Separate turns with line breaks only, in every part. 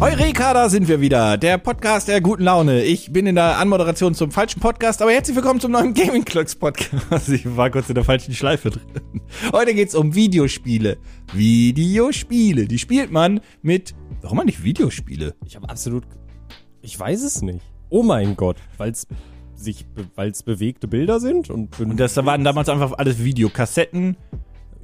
Heureka, da sind wir wieder. Der Podcast der guten Laune. Ich bin in der Anmoderation zum falschen Podcast, aber herzlich willkommen zum neuen Gaming Clocks Podcast. Ich war kurz in der falschen Schleife drin. Heute geht's um Videospiele. Videospiele. Die spielt man mit. Warum man nicht Videospiele?
Ich habe absolut. Ich weiß es nicht. Oh mein Gott, weil es sich, weil es bewegte Bilder sind und,
Und das waren damals einfach alles Videokassetten.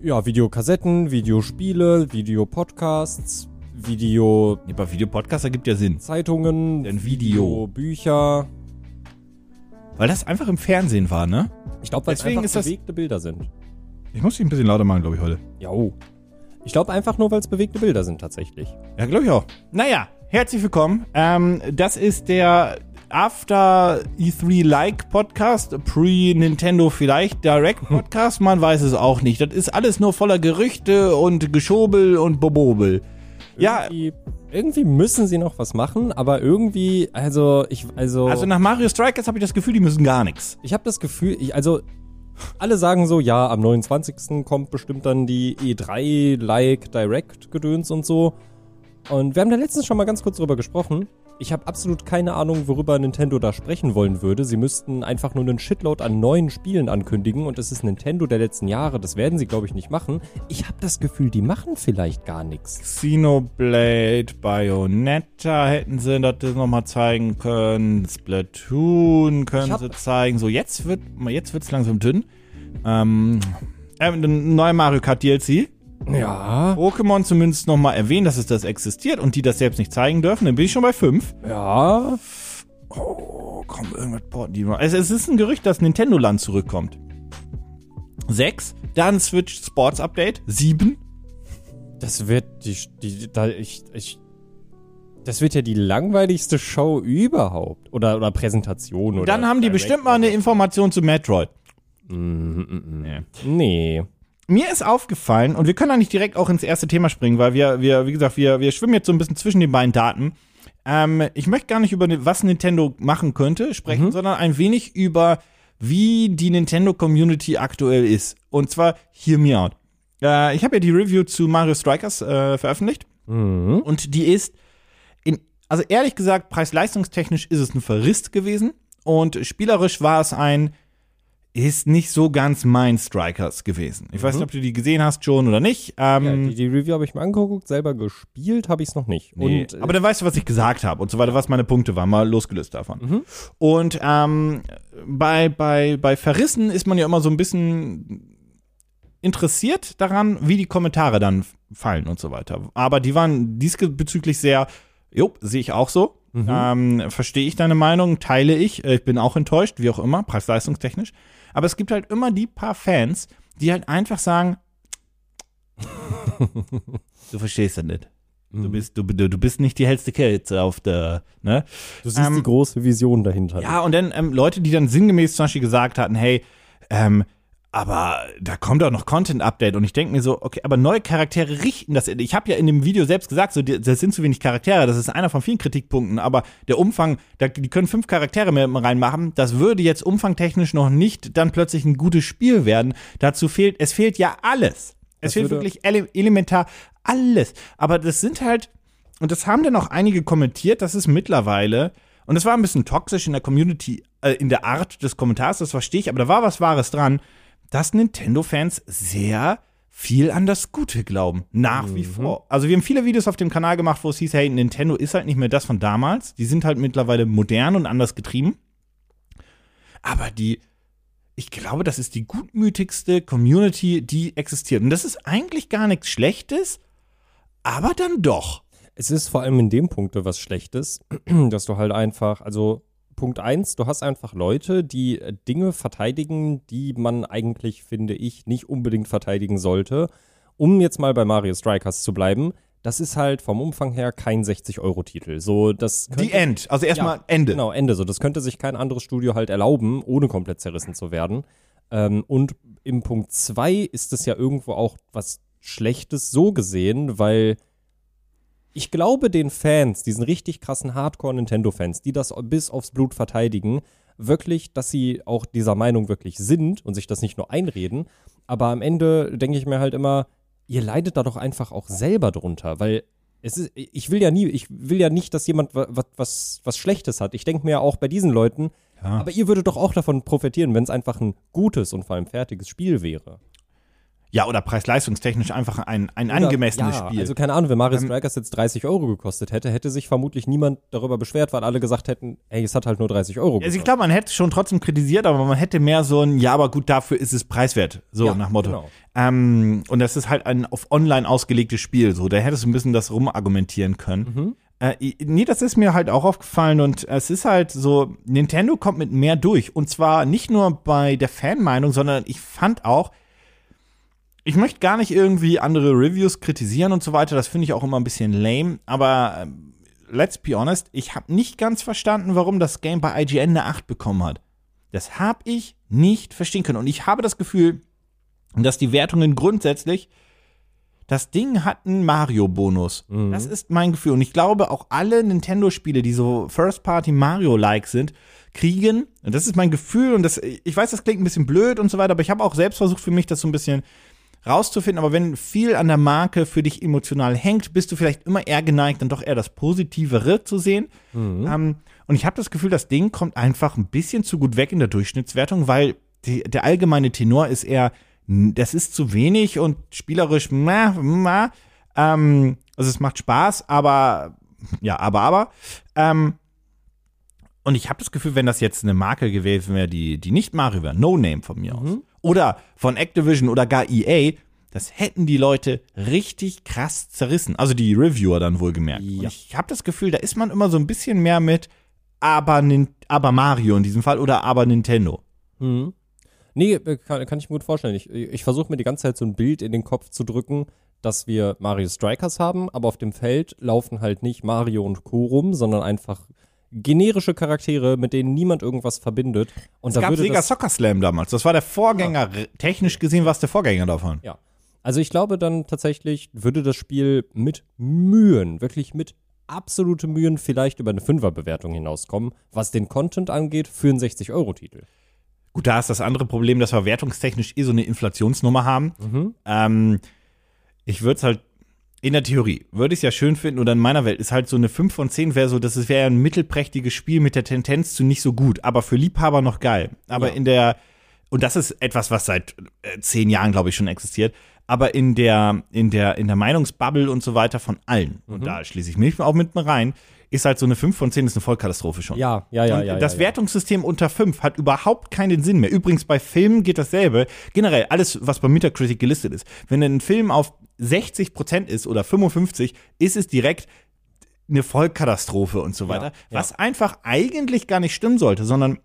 ja Videokassetten, Videospiele, Videopodcasts, Videozeitungen,
Ja, bei Videopodcast ergibt ja Sinn. Ein Video.
Videobücher.
Weil das einfach im Fernsehen war, ne?
Ich glaube, weil es
Deswegen
einfach
ist das-
bewegte Bilder sind.
Ich muss dich ein bisschen lauter machen, glaube ich, heute.
Ja. oh. Ich glaube einfach nur, weil es bewegte Bilder sind tatsächlich.
Ja, glaube ich auch. Naja, herzlich willkommen. Ähm, das ist der After E3-like Podcast, Pre-Nintendo vielleicht Direct Podcast, man weiß es auch nicht. Das ist alles nur voller Gerüchte und Geschobel und Bobobel. Ja,
Irgendwie, irgendwie müssen sie noch was machen, aber irgendwie, also ich, also,
also nach Mario Strikers habe ich das Gefühl, die müssen gar nichts.
ich habe das Gefühl, ich, also alle sagen so, ja, am 29. kommt bestimmt dann die E3-like Direct-Gedöns und so. Und wir haben da letztens schon mal ganz kurz drüber gesprochen. Ich habe absolut keine Ahnung, worüber Nintendo da sprechen wollen würde. Sie müssten einfach nur einen Shitload an neuen Spielen ankündigen und es ist Nintendo der letzten Jahre. Das werden sie, glaube ich, nicht machen. Ich habe das Gefühl, die machen vielleicht gar nichts.
Xenoblade, Bayonetta hätten sie das nochmal zeigen können. Splatoon
Ich
können
hab-
sie zeigen. So, jetzt wird jetzt wird's langsam dünn. Ähm, ähm, neuer Mario Kart DLC.
Ja,
Pokémon zumindest nochmal erwähnen, dass es das existiert und die das selbst nicht zeigen dürfen, dann bin ich schon bei fünf.
ja.
Oh, komm, irgendwas porten die mal. Also, es ist ein Gerücht, dass Nintendo Land zurückkommt. Sechs, dann Switch Sports Update. Sieben.
Das wird die, die da ich, ich das wird ja die langweiligste Show überhaupt oder oder Präsentation oder
Dann haben die
Direct-
bestimmt mal eine Information zu Metroid. Nee.
Nee.
Mir ist aufgefallen, und wir können eigentlich direkt auch ins erste Thema springen, weil wir, wir wie gesagt, wir, wir schwimmen jetzt so ein bisschen zwischen den beiden Daten. Ähm, ich möchte gar nicht über ne- was Nintendo machen könnte sprechen,
Mhm.
sondern ein wenig über, wie die Nintendo-Community aktuell ist. Und zwar, hear me out. Äh, ich habe ja die Review zu Mario Strikers äh, veröffentlicht.
Mhm.
Und die ist, in, also ehrlich gesagt, preis-leistungstechnisch ist es ein Verriss gewesen. Und spielerisch war es ein, ist nicht so ganz mein Strikers gewesen. Ich weiß nicht, ob du die gesehen hast schon oder nicht.
Mhm. Ja,
Ähm,
die, die Review habe ich mir angeguckt, selber gespielt habe ich es noch nicht.
Nee.
Und äh,
aber dann weißt du, was ich gesagt habe und so weiter, was meine Punkte waren, mal losgelöst davon. Und ähm, bei, bei, bei Verrissen ist man ja immer so ein bisschen interessiert daran, wie die Kommentare dann fallen und so weiter. Aber die waren diesbezüglich sehr, jo, sehe ich auch so. Ähm, Verstehe ich deine Meinung, teile ich. Äh, Ich bin auch enttäuscht, wie auch immer, preis-leistungstechnisch. Aber es gibt halt immer die paar Fans, die halt einfach sagen, du verstehst das nicht.
Mhm.
Du bist, du, du, du bist nicht die hellste Kerze auf der, ne?
du siehst die
ähm,
große Vision dahinter.
Ja, und dann ähm, Leute, die dann sinngemäß zum Beispiel gesagt hatten, hey, ähm, aber da kommt auch noch Content-Update und ich denke mir so, okay, aber neue Charaktere richten das. Ich habe ja in dem Video selbst gesagt, so, die- das sind zu wenig Charaktere, das ist einer von vielen Kritikpunkten, aber der Umfang, da, die können fünf Charaktere mehr reinmachen, das würde jetzt umfangtechnisch noch nicht dann plötzlich ein gutes Spiel werden. Dazu fehlt, es fehlt ja alles. Es
Das
fehlt
würde-
wirklich ele elementar alles. Aber das sind halt, und das haben dann auch einige kommentiert, das ist mittlerweile, und das war ein bisschen toxisch in der Community, äh, in der Art des Kommentars, das verstehe ich, aber da war was Wahres dran, dass Nintendo-Fans sehr viel an das Gute glauben. Nach wie vor. Also wir haben viele Videos auf dem Kanal gemacht, wo es hieß, hey, Nintendo ist halt nicht mehr das von damals. Die sind halt mittlerweile modern und anders getrieben. Aber die, ich glaube, das ist die gutmütigste Community, die existiert. Und das ist eigentlich gar nichts Schlechtes, aber dann doch.
Es ist vor allem in dem Punkt was Schlechtes, dass du halt einfach, also Punkt eins, du hast einfach Leute, die äh, Dinge verteidigen, die man eigentlich, finde ich, nicht unbedingt verteidigen sollte. Um jetzt mal bei Mario Strikers zu bleiben, das ist halt vom Umfang her kein 60-Euro-Titel. So, das
Die End. Also erstmal Ende.
Genau, Ende. So, das könnte sich kein anderes Studio halt erlauben, ohne komplett zerrissen zu werden. Ähm, und im Punkt 2 ist es ja irgendwo auch was Schlechtes so gesehen, weil ich glaube den Fans, diesen richtig krassen Hardcore-Nintendo-Fans, die das bis aufs Blut verteidigen, wirklich, dass sie auch dieser Meinung wirklich sind und sich das nicht nur einreden. Aber am Ende denke ich mir halt immer, ihr leidet da doch einfach auch selber drunter, weil Es ist, ich will ja nie, ich will ja nicht, dass jemand was, was, was Schlechtes hat. Ich denke mir ja auch bei diesen Leuten,
Ja.
aber ihr würdet doch auch davon profitieren, wenn es einfach ein gutes und vor allem fertiges Spiel wäre.
Ja, oder preis-leistungstechnisch einfach ein, ein angemessenes
ja,
Spiel. Ähm,
Also keine Ahnung, wenn Mario Strikers jetzt 30 Euro gekostet hätte, hätte sich vermutlich niemand darüber beschwert, weil alle gesagt hätten, hey, es hat halt nur 30 Euro
also ich
gekostet.
glaube, man hätte schon trotzdem kritisiert, aber man hätte mehr so ein, ja, aber gut, dafür ist es preiswert. So
Ja,
nach Motto.
genau.
Ähm, und das ist halt ein auf online ausgelegtes Spiel. So, da hättest du ein bisschen das rumargumentieren können.
Mhm.
Äh, i- nee, das ist mir halt auch aufgefallen und es ist halt so, Nintendo kommt mit mehr durch. Und zwar nicht nur bei der Fanmeinung, sondern ich fand auch, ich möchte gar nicht irgendwie andere Reviews kritisieren und so weiter. Das finde ich auch immer ein bisschen lame. Aber ähm, let's be honest, ich habe nicht ganz verstanden, warum das Game bei IGN eine 8 bekommen hat. Das habe ich nicht verstehen können. Und ich habe das Gefühl, dass die Wertungen grundsätzlich, das Ding hat einen Mario-Bonus. Das ist mein Gefühl. Und ich glaube, auch alle Nintendo-Spiele, die so First-Party-Mario-like sind, kriegen, und das ist mein Gefühl, und das, ich weiß, das klingt ein bisschen blöd und so weiter, aber ich habe auch selbst versucht, für mich das so ein bisschen rauszufinden. Aber wenn viel an der Marke für dich emotional hängt, bist du vielleicht immer eher geneigt, dann doch eher das Positivere zu sehen. Ähm, und ich habe das Gefühl, das Ding kommt einfach ein bisschen zu gut weg in der Durchschnittswertung, weil die, der allgemeine Tenor ist eher, "N- das ist zu wenig und spielerisch, ma, ma. Ähm, also es macht Spaß, aber ja, aber, aber. Ähm, und ich habe das Gefühl, wenn das jetzt eine Marke gewesen wäre, die, die nicht Mario wäre, No Name von mir
Mhm.
aus, oder von Activision oder gar EA, das hätten die Leute richtig krass zerrissen. Also die Reviewer dann wohlgemerkt. Und
Ja.
ich habe das Gefühl, da ist man immer so ein bisschen mehr mit aber, Nin aber Mario in diesem Fall oder aber Nintendo.
Mhm. Nee, äh, kann, kann ich mir gut vorstellen. Ich, ich versuche mir die ganze Zeit so ein Bild in den Kopf zu drücken, dass wir Mario Strikers haben, aber auf dem Feld laufen halt nicht Mario und Co. rum, sondern einfach generische Charaktere, mit denen niemand irgendwas verbindet. Und
Es
da
gab
würde
Sega
das,
Soccer Slam damals. Das war der Vorgänger, r- technisch gesehen war es der Vorgänger davon.
ja. Also ich glaube dann tatsächlich würde das Spiel mit Mühen, wirklich mit absolute Mühen vielleicht über eine Fünferbewertung hinauskommen, was den Content angeht, für einen 60-Euro-Titel.
Gut, da ist das andere Problem, dass wir wertungstechnisch eh so eine Inflationsnummer haben. Ähm, ich würde es halt, in der Theorie, würde ich es ja schön finden, oder in meiner Welt ist halt so eine 5 von 10 wäre so, das wäre ja ein mittelprächtiges Spiel mit der Tendenz zu nicht so gut, aber für Liebhaber noch geil. Aber
Ja.
in der, und das ist etwas, was seit äh, zehn Jahren, glaube ich, schon existiert, aber in der, in der, in der Meinungsbubble und so weiter von allen,
Mhm.
und da schließe ich mich auch mit rein, ist halt so eine 5 von 10 ist eine Vollkatastrophe schon.
Ja, ja, ja,
Und
ja.
das
ja, ja.
Wertungssystem unter 5 hat überhaupt keinen Sinn mehr. Übrigens, bei Filmen geht dasselbe. Generell, alles, was bei Metacritic gelistet ist. Wenn ein Film auf 60% ist oder 55, ist es direkt eine Vollkatastrophe und so weiter.
ja.
Was einfach eigentlich gar nicht stimmen sollte, sondern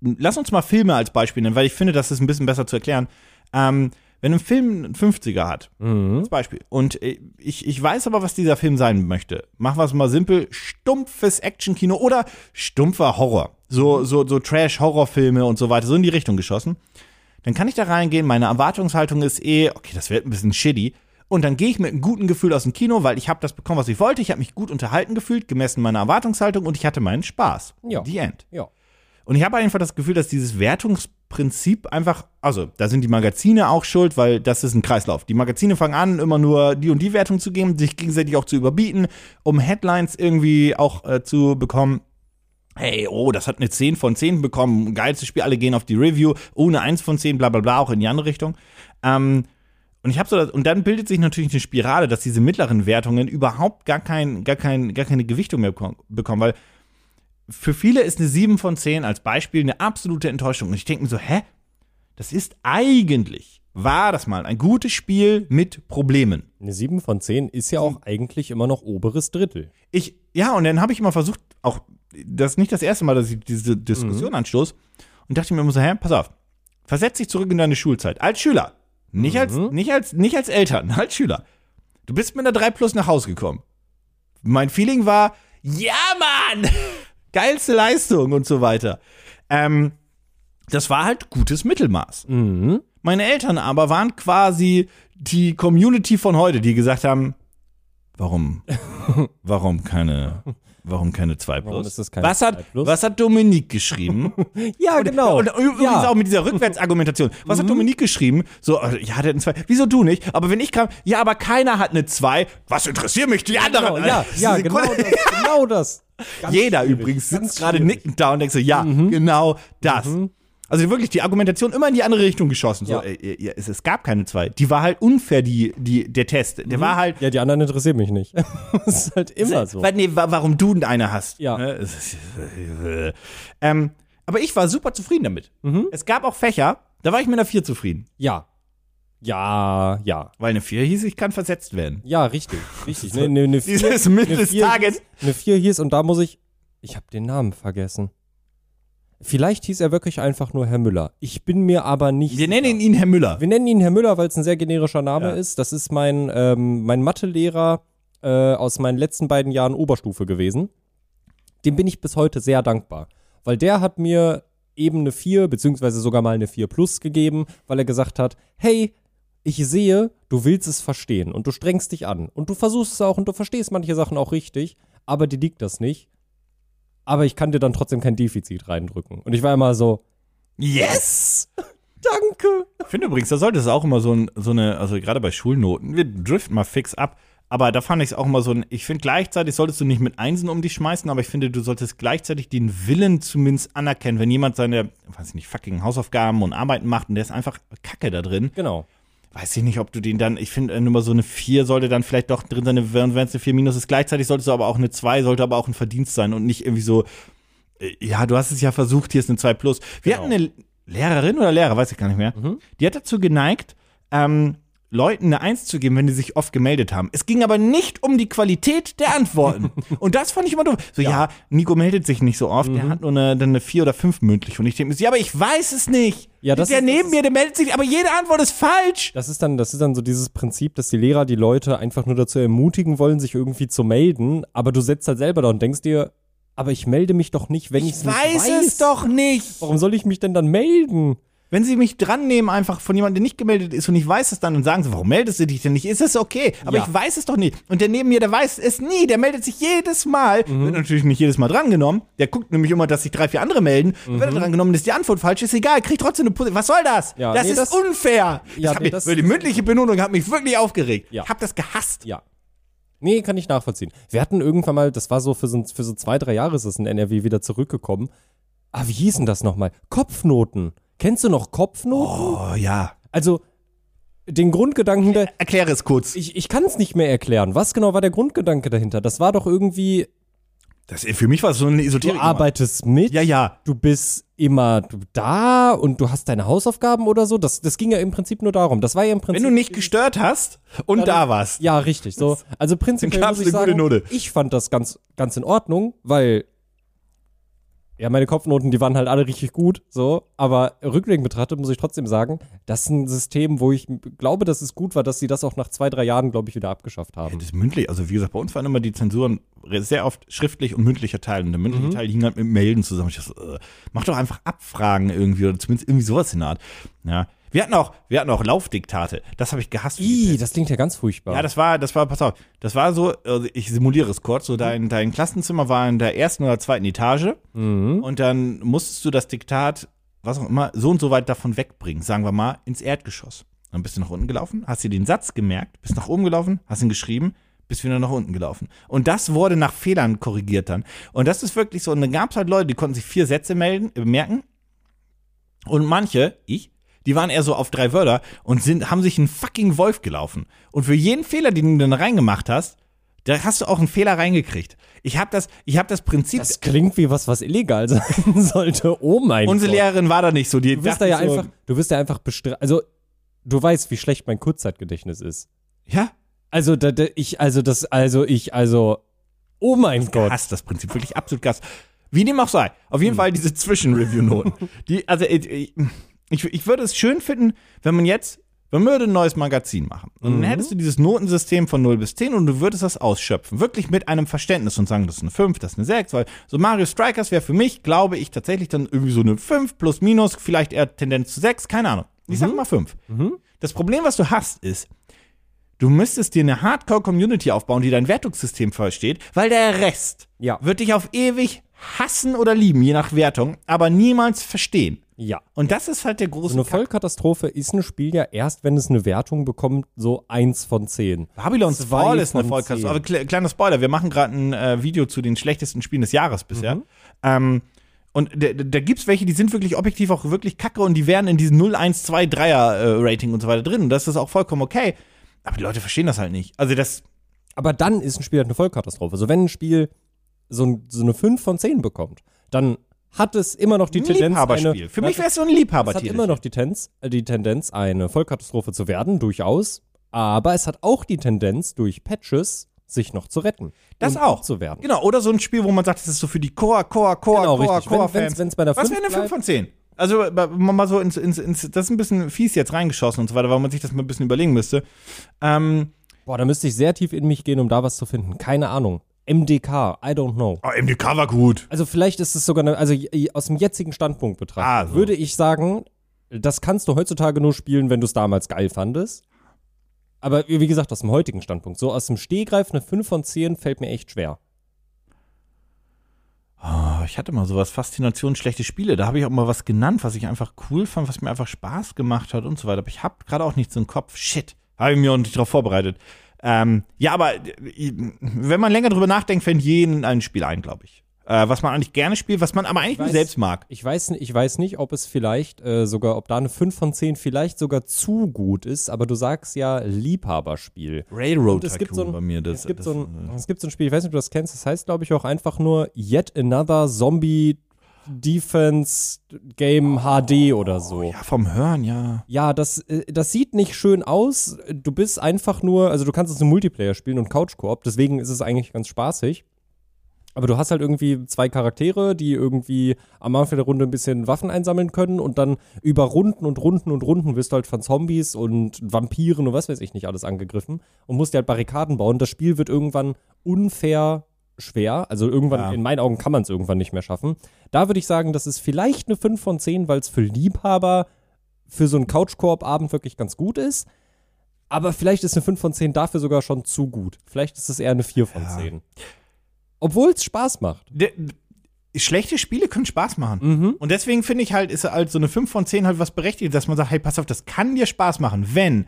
lass uns mal Filme als Beispiel nennen, weil ich finde, das ist ein bisschen besser zu erklären. Ähm, wenn ein Film einen 50er hat, als Beispiel, und äh, ich, ich weiß aber, was dieser Film sein möchte. Machen wir es mal simpel: stumpfes Actionkino oder stumpfer Horror. So, so, so Trash-Horrorfilme und so weiter, so in die Richtung geschossen. Dann kann ich da reingehen, meine Erwartungshaltung ist eh, okay, das wird ein bisschen shitty. Und dann gehe ich mit einem guten Gefühl aus dem Kino, weil ich habe das bekommen, was ich wollte. Ich habe mich gut unterhalten gefühlt, gemessen meiner Erwartungshaltung und ich hatte meinen Spaß.
Ja.
The End.
ja.
Und ich habe einfach das Gefühl, dass dieses Wertungsprinzip einfach, also da sind die Magazine auch schuld, weil das ist ein Kreislauf. Die Magazine fangen an, immer nur die und die Wertung zu geben, sich gegenseitig auch zu überbieten, um Headlines irgendwie auch äh, zu bekommen. Hey, oh, das hat eine 10 von 10 bekommen, geilstes Spiel, alle gehen auf die Review, ohne 1 von 10, bla bla bla, auch in die andere Richtung. Ähm, und ich habe so das, und dann bildet sich natürlich eine Spirale, dass diese mittleren Wertungen überhaupt gar kein, gar kein, gar keine Gewichtung mehr beko- bekommen, weil für viele ist eine 7 von 10 als Beispiel eine absolute Enttäuschung. Und ich denke mir so, hä? Das ist eigentlich, war das mal ein gutes Spiel mit Problemen.
Eine 7 von 10 ist ja auch eigentlich immer noch oberes Drittel.
Ich, ja, und dann habe ich immer versucht, auch, das ist nicht das erste Mal, dass ich diese Diskussion anstoß, und dachte mir immer so, hä, pass auf, versetz dich zurück in deine Schulzeit. Als Schüler. Nicht als,
Mhm.
nicht als, nicht als Eltern, als Schüler. Du bist mit einer 3 plus nach Hause gekommen. Mein Feeling war, ja, Mann! Geilste Leistung und so weiter. Ähm, das war halt gutes Mittelmaß.
Mhm.
Meine Eltern aber waren quasi die Community von heute, die gesagt haben, warum warum keine, warum keine 2 Plus?
Warum ist das kein
was,
zwei
hat,
plus?
was hat Dominik geschrieben?
Ja, genau.
Und übrigens
ja. Mhm.
auch mit dieser Rückwärtsargumentation. Was hat Dominik geschrieben? So, äh, ja, der hat eine 2. Wieso du nicht? Aber wenn ich kam, ja, aber keiner hat eine 2. Was interessieren mich die
Genau,
anderen?
ja, ja,
Diese
genau
Kunde-
das. Genau das. Ganz
Jeder
schwierig,
übrigens
ganz
sitzt gerade
schwierig.
nickend da und denkt so, ja,
Mhm.
genau das. Also wirklich die Argumentation immer in die andere Richtung geschossen. So,
Ja.
äh, äh, ja, es, es gab keine 2. Die war halt unfair, die, die, der Test. Der war halt
Ja, die anderen interessieren mich nicht. das Mhm. ist halt immer so.
Weil, nee, wa- warum du eine hast.
Ja.
Ne? Es ist- ähm, aber ich war super zufrieden damit.
Mhm.
Es gab auch Fächer, da war ich mit einer 4 zufrieden.
Ja. Ja, ja.
Weil eine 4 hieß, ich kann versetzt werden.
Ja, richtig. Richtig. Ne, ne, ne vier,
Dieses Mittel
eine
des
vier
Tages.
hieß- Eine 4 hieß, und da muss ich. Ich habe den Namen vergessen. Vielleicht hieß er wirklich einfach nur Herr Müller. Ich bin mir aber nicht.
Wir nennen ihn Herr Müller.
Wir nennen ihn Herr Müller, weil es ein sehr generischer Name
Ja.
ist. Das ist mein, ähm, mein Mathelehrer äh, aus meinen letzten beiden Jahren Oberstufe gewesen. Dem bin ich bis heute sehr dankbar. Weil der hat mir eben eine 4, beziehungsweise sogar mal eine 4 plus gegeben, weil er gesagt hat, hey, ich sehe, du willst es verstehen und du strengst dich an und du versuchst es auch und du verstehst manche Sachen auch richtig, aber dir liegt das nicht. Aber ich kann dir dann trotzdem kein Defizit reindrücken. Und ich war immer so,
Yes!
danke.
Ich finde übrigens, da sollte es auch immer so, ein, so eine, also gerade bei Schulnoten, wir driften mal fix ab. Aber da fand ich es auch immer so ein, ich finde gleichzeitig solltest du nicht mit Einsen um dich schmeißen, aber ich finde, du solltest gleichzeitig den Willen zumindest anerkennen, wenn jemand seine, weiß ich nicht, fucking Hausaufgaben und Arbeiten macht und der ist einfach kacke da drin,
Genau.
weiß ich nicht, ob du den dann, ich finde, nur mal so eine 4 sollte dann vielleicht doch drin sein, wenn es eine 4 minus ist. Gleichzeitig solltest du aber auch eine 2, sollte aber auch ein Verdienst sein und nicht irgendwie so, äh, ja, du hast es ja versucht, hier ist eine 2 plus. Wir
Genau. Mhm.
hatten eine Lehrerin oder Lehrer, weiß ich gar nicht mehr, die hat dazu geneigt, ähm, Leuten eine 1 zu geben, wenn die sich oft gemeldet haben. Es ging aber nicht um die Qualität der Antworten. und das fand ich immer doof. So, ja, Nico meldet sich nicht so oft,
Mhm.
der hat nur eine, dann eine 4 oder 5 mündlich. Und ich denke mir, so, ja, aber ich weiß es nicht.
Ja, das
der
ist- das
neben mir, der meldet sich, aber jede Antwort ist falsch.
Das ist dann, das ist dann so dieses Prinzip, dass die Lehrer die Leute einfach nur dazu ermutigen wollen, sich irgendwie zu melden, aber du sitzt halt selber da und denkst dir, aber ich melde mich doch nicht, wenn ich es nicht weiß.
weiß es doch nicht.
Warum soll ich mich denn dann melden?
Wenn sie mich dran nehmen, einfach von jemandem, der nicht gemeldet ist und ich weiß es dann und sagen sie, warum meldest du dich denn nicht? Ist es okay? Aber
Ja.
ich weiß es doch nicht. Und der neben mir, der weiß es nie. Der meldet sich jedes Mal.
Mhm.
Wird natürlich nicht jedes Mal drangenommen. Der guckt nämlich immer, dass sich drei, vier andere melden.
Mhm.
Und Wird er drangenommen, ist die Antwort falsch. Ist egal. Kriegt trotzdem eine Position. Was soll das?
Ja,
das
nee,
ist
das-
unfair.
Ja,
das hat
nee,
mich,
das-
die mündliche Benotung hat mich wirklich aufgeregt.
Ja.
Ich habe das gehasst.
Ja. Nee, kann ich nachvollziehen. Wir hatten irgendwann mal, das war so für so, für so zwei, drei Jahre ist es in NRW wieder zurückgekommen. Ah, wie hieß denn das nochmal? Kopfnoten. Kennst du noch Kopfnoten?
Oh ja.
Also, den Grundgedanken der,
Erkläre es kurz.
ich, ich kann es nicht mehr erklären. Was genau war der Grundgedanke dahinter? Das war doch irgendwie,
Das, für mich war es so eine
du
Esoterik.
arbeitest mit.
Ja, ja.
du bist immer da und du hast deine Hausaufgaben oder so. Das, das ging ja im Prinzip nur darum. Das war ja im Prinzip.
Wenn du nicht gestört hast und
Ja,
da warst.
ja, richtig. So, also prinzipiell
Dann gab's
muss ich
eine gute
sagen,
Note.
ich fand das ganz, ganz in Ordnung, weil ja meine Kopfnoten, die waren halt alle richtig gut. So, aber rückblickend betrachtet muss ich trotzdem sagen, das ist ein System, wo ich m- glaube, dass es gut war, dass sie das auch nach zwei, drei Jahren, glaube ich, wieder abgeschafft haben.
Das ist mündlich, also wie gesagt, bei uns waren immer die Zensuren sehr oft schriftlich und mündlicher Teil. Und der mündliche Teil hing halt mit Melden zusammen. Ich dachte, so, äh, mach doch einfach Abfragen irgendwie oder zumindest irgendwie sowas in der Art. Ja. Wir hatten auch, wir hatten auch Laufdiktate. Das habe ich gehasst. wie die
Ih,
Pest.
das klingt ja ganz furchtbar.
Ja, das war, das war, pass auf, das war so, also ich simuliere es kurz, so dein, dein Klassenzimmer war in der ersten oder zweiten Etage und dann musstest du das Diktat, was auch immer, so und so weit davon wegbringen, sagen wir mal, ins Erdgeschoss. Dann bist du nach unten gelaufen, hast dir den Satz gemerkt, bist nach oben gelaufen, hast ihn geschrieben, bist wieder nach unten gelaufen. Und das wurde nach Fehlern korrigiert dann. Und das ist wirklich so, und dann gab es halt Leute, die konnten sich vier Sätze melden, äh, merken und manche, ich, die waren eher so auf drei Wörter und sind, haben sich einen fucking Wolf gelaufen. Und für jeden Fehler, den du dann reingemacht hast, da hast du auch einen Fehler reingekriegt. Ich habe das, ich habe das Prinzip.
das klingt wie was, was illegal sein sollte. Oh mein
unsere
Gott.
Lehrerin war da nicht so. Die
Du wirst da
dachten
ja
so,
einfach, du wirst ja einfach bestraft. Also, du weißt, wie schlecht mein Kurzzeitgedächtnis ist.
Ja,
Also, da, da, ich, also, das, also, ich, also, oh mein Gott.
Gott. das Prinzip wirklich absolut Gas. Wie dem auch sei. Auf jeden Fall diese Zwischenreview-Noten. Die, also ich, ich, ich würde es schön finden, wenn man jetzt, wenn man würde ein neues Magazin machen. Und dann hättest du dieses Notensystem von 0 bis 10 und du würdest das ausschöpfen. Wirklich mit einem Verständnis und sagen, das ist eine 5, das ist eine 6, weil so Mario Strikers wäre für mich, glaube ich, tatsächlich dann irgendwie so eine 5 plus minus, vielleicht eher Tendenz zu 6, keine Ahnung. Ich sag mal 5. Das Problem, was du hast, ist, Du müsstest dir eine Hardcore-Community aufbauen, die dein Wertungssystem versteht, weil der Rest
Ja.
wird dich auf ewig hassen oder lieben, je nach Wertung, aber niemals verstehen.
Ja.
Und das ist halt der große
So eine
Kack.
Vollkatastrophe ist ein Spiel ja erst, wenn es eine Wertung bekommt, so eins von zehn.
Babylon's
Zwei
Fall ist eine
von
Vollkatastrophe.
zehn.
Aber kle kleiner Spoiler, wir machen gerade ein äh, Video zu den schlechtesten Spielen des Jahres
Mhm.
bisher. Ähm, und da- da da gibt's welche, die sind wirklich objektiv auch wirklich kacke und die wären in diesem 0-1-2-3er-Rating äh, und so weiter drin. Und das ist auch vollkommen okay. Aber die Leute verstehen das halt nicht. Also das,
Aber dann ist ein Spiel halt eine Vollkatastrophe. Also wenn ein Spiel so, ein, so eine 5 von 10 bekommt, dann hat es immer noch die
ein
Tendenz,
Liebhaberspiel.
eine,
Für mich
hat,
wäre es so ein
es hat
Liebhabertitel.
immer noch die Tendenz, äh, die Tendenz, eine Vollkatastrophe zu werden, durchaus. Aber es hat auch die Tendenz, durch Patches sich noch zu retten.
Das
und
auch.
Zu werden.
Genau, oder so ein Spiel, wo man sagt, das ist so für die Core, Core, Core,
Genau,
Core,
richtig.
Core
Wenn- wenn's-
Fans.
wenn's bei einer
Was
fünf
wäre eine 5
bleibt-
von 10? Also ba- mal mal so ins, ins, ins, das ist ein bisschen fies jetzt reingeschossen und so weiter, weil man sich das mal ein bisschen überlegen müsste. Ähm,
Boah, da müsste ich sehr tief in mich gehen, um da was zu finden. Keine Ahnung. MDK, I don't know.
oh, MDK war gut.
Also vielleicht ist es sogar, eine, also j- j- aus dem jetzigen Standpunkt betrachtet,
Ah, so.
würde ich sagen, das kannst du heutzutage nur spielen, wenn du es damals geil fandest. Aber wie wie gesagt, aus dem heutigen Standpunkt, so aus dem Stehgreif eine 5 von 10 fällt mir echt schwer.
Oh, ich hatte mal sowas, Faszination schlechte Spiele. Da habe ich auch mal was genannt, was ich einfach cool fand, was mir einfach Spaß gemacht hat und so weiter. Aber ich habe gerade auch nichts im Kopf. Shit, habe ich mir auch nicht drauf vorbereitet. Ähm, ja, aber äh, wenn man länger drüber nachdenkt, fällt jeden ein Spiel ein, glaube ich. Äh, was man eigentlich gerne spielt, was man aber eigentlich nur
weiß-
selbst mag.
Ich weiß, n- ich weiß nicht, ob es vielleicht äh, sogar, ob da eine 5 von 10 vielleicht sogar zu gut ist, aber du sagst ja Liebhaberspiel.
Railroad
Und es gibt so ein-
bei mir. Das,
Es gibt,
das,
so ein, es gibt so ein Spiel, ich weiß nicht, ob du das kennst, das heißt, glaube ich, auch einfach nur Yet Another Zombie Defense Game HD oder so.
ja, vom Hören, ja.
Ja, das, äh, das sieht nicht schön aus. Du bist einfach nur, also du kannst es im Multiplayer spielen und Couch-Koop, deswegen ist es eigentlich ganz spaßig. Aber du hast halt irgendwie zwei Charaktere, die irgendwie am Anfang der Runde ein bisschen Waffen einsammeln können und dann über Runden und Runden und Runden wirst du halt von Zombies und Vampiren und was weiß ich nicht alles angegriffen und musst dir halt Barrikaden bauen. Das Spiel wird irgendwann unfair schwer. Also irgendwann,
Ja.
in meinen Augen kann man es irgendwann nicht mehr schaffen. Da würde ich sagen, das ist vielleicht eine 5 von 10, weil es für Liebhaber für so einen Couch-Koop-Abend wirklich ganz gut ist. Aber vielleicht ist eine 5 von 10 dafür sogar schon zu gut. Vielleicht ist es eher eine 4 von 10. Obwohl es Spaß macht.
D d- schlechte Spiele können Spaß machen. Und deswegen finde ich halt, ist halt so eine 5 von 10 halt was berechtigt, dass man sagt, hey, pass auf, das kann dir Spaß machen, wenn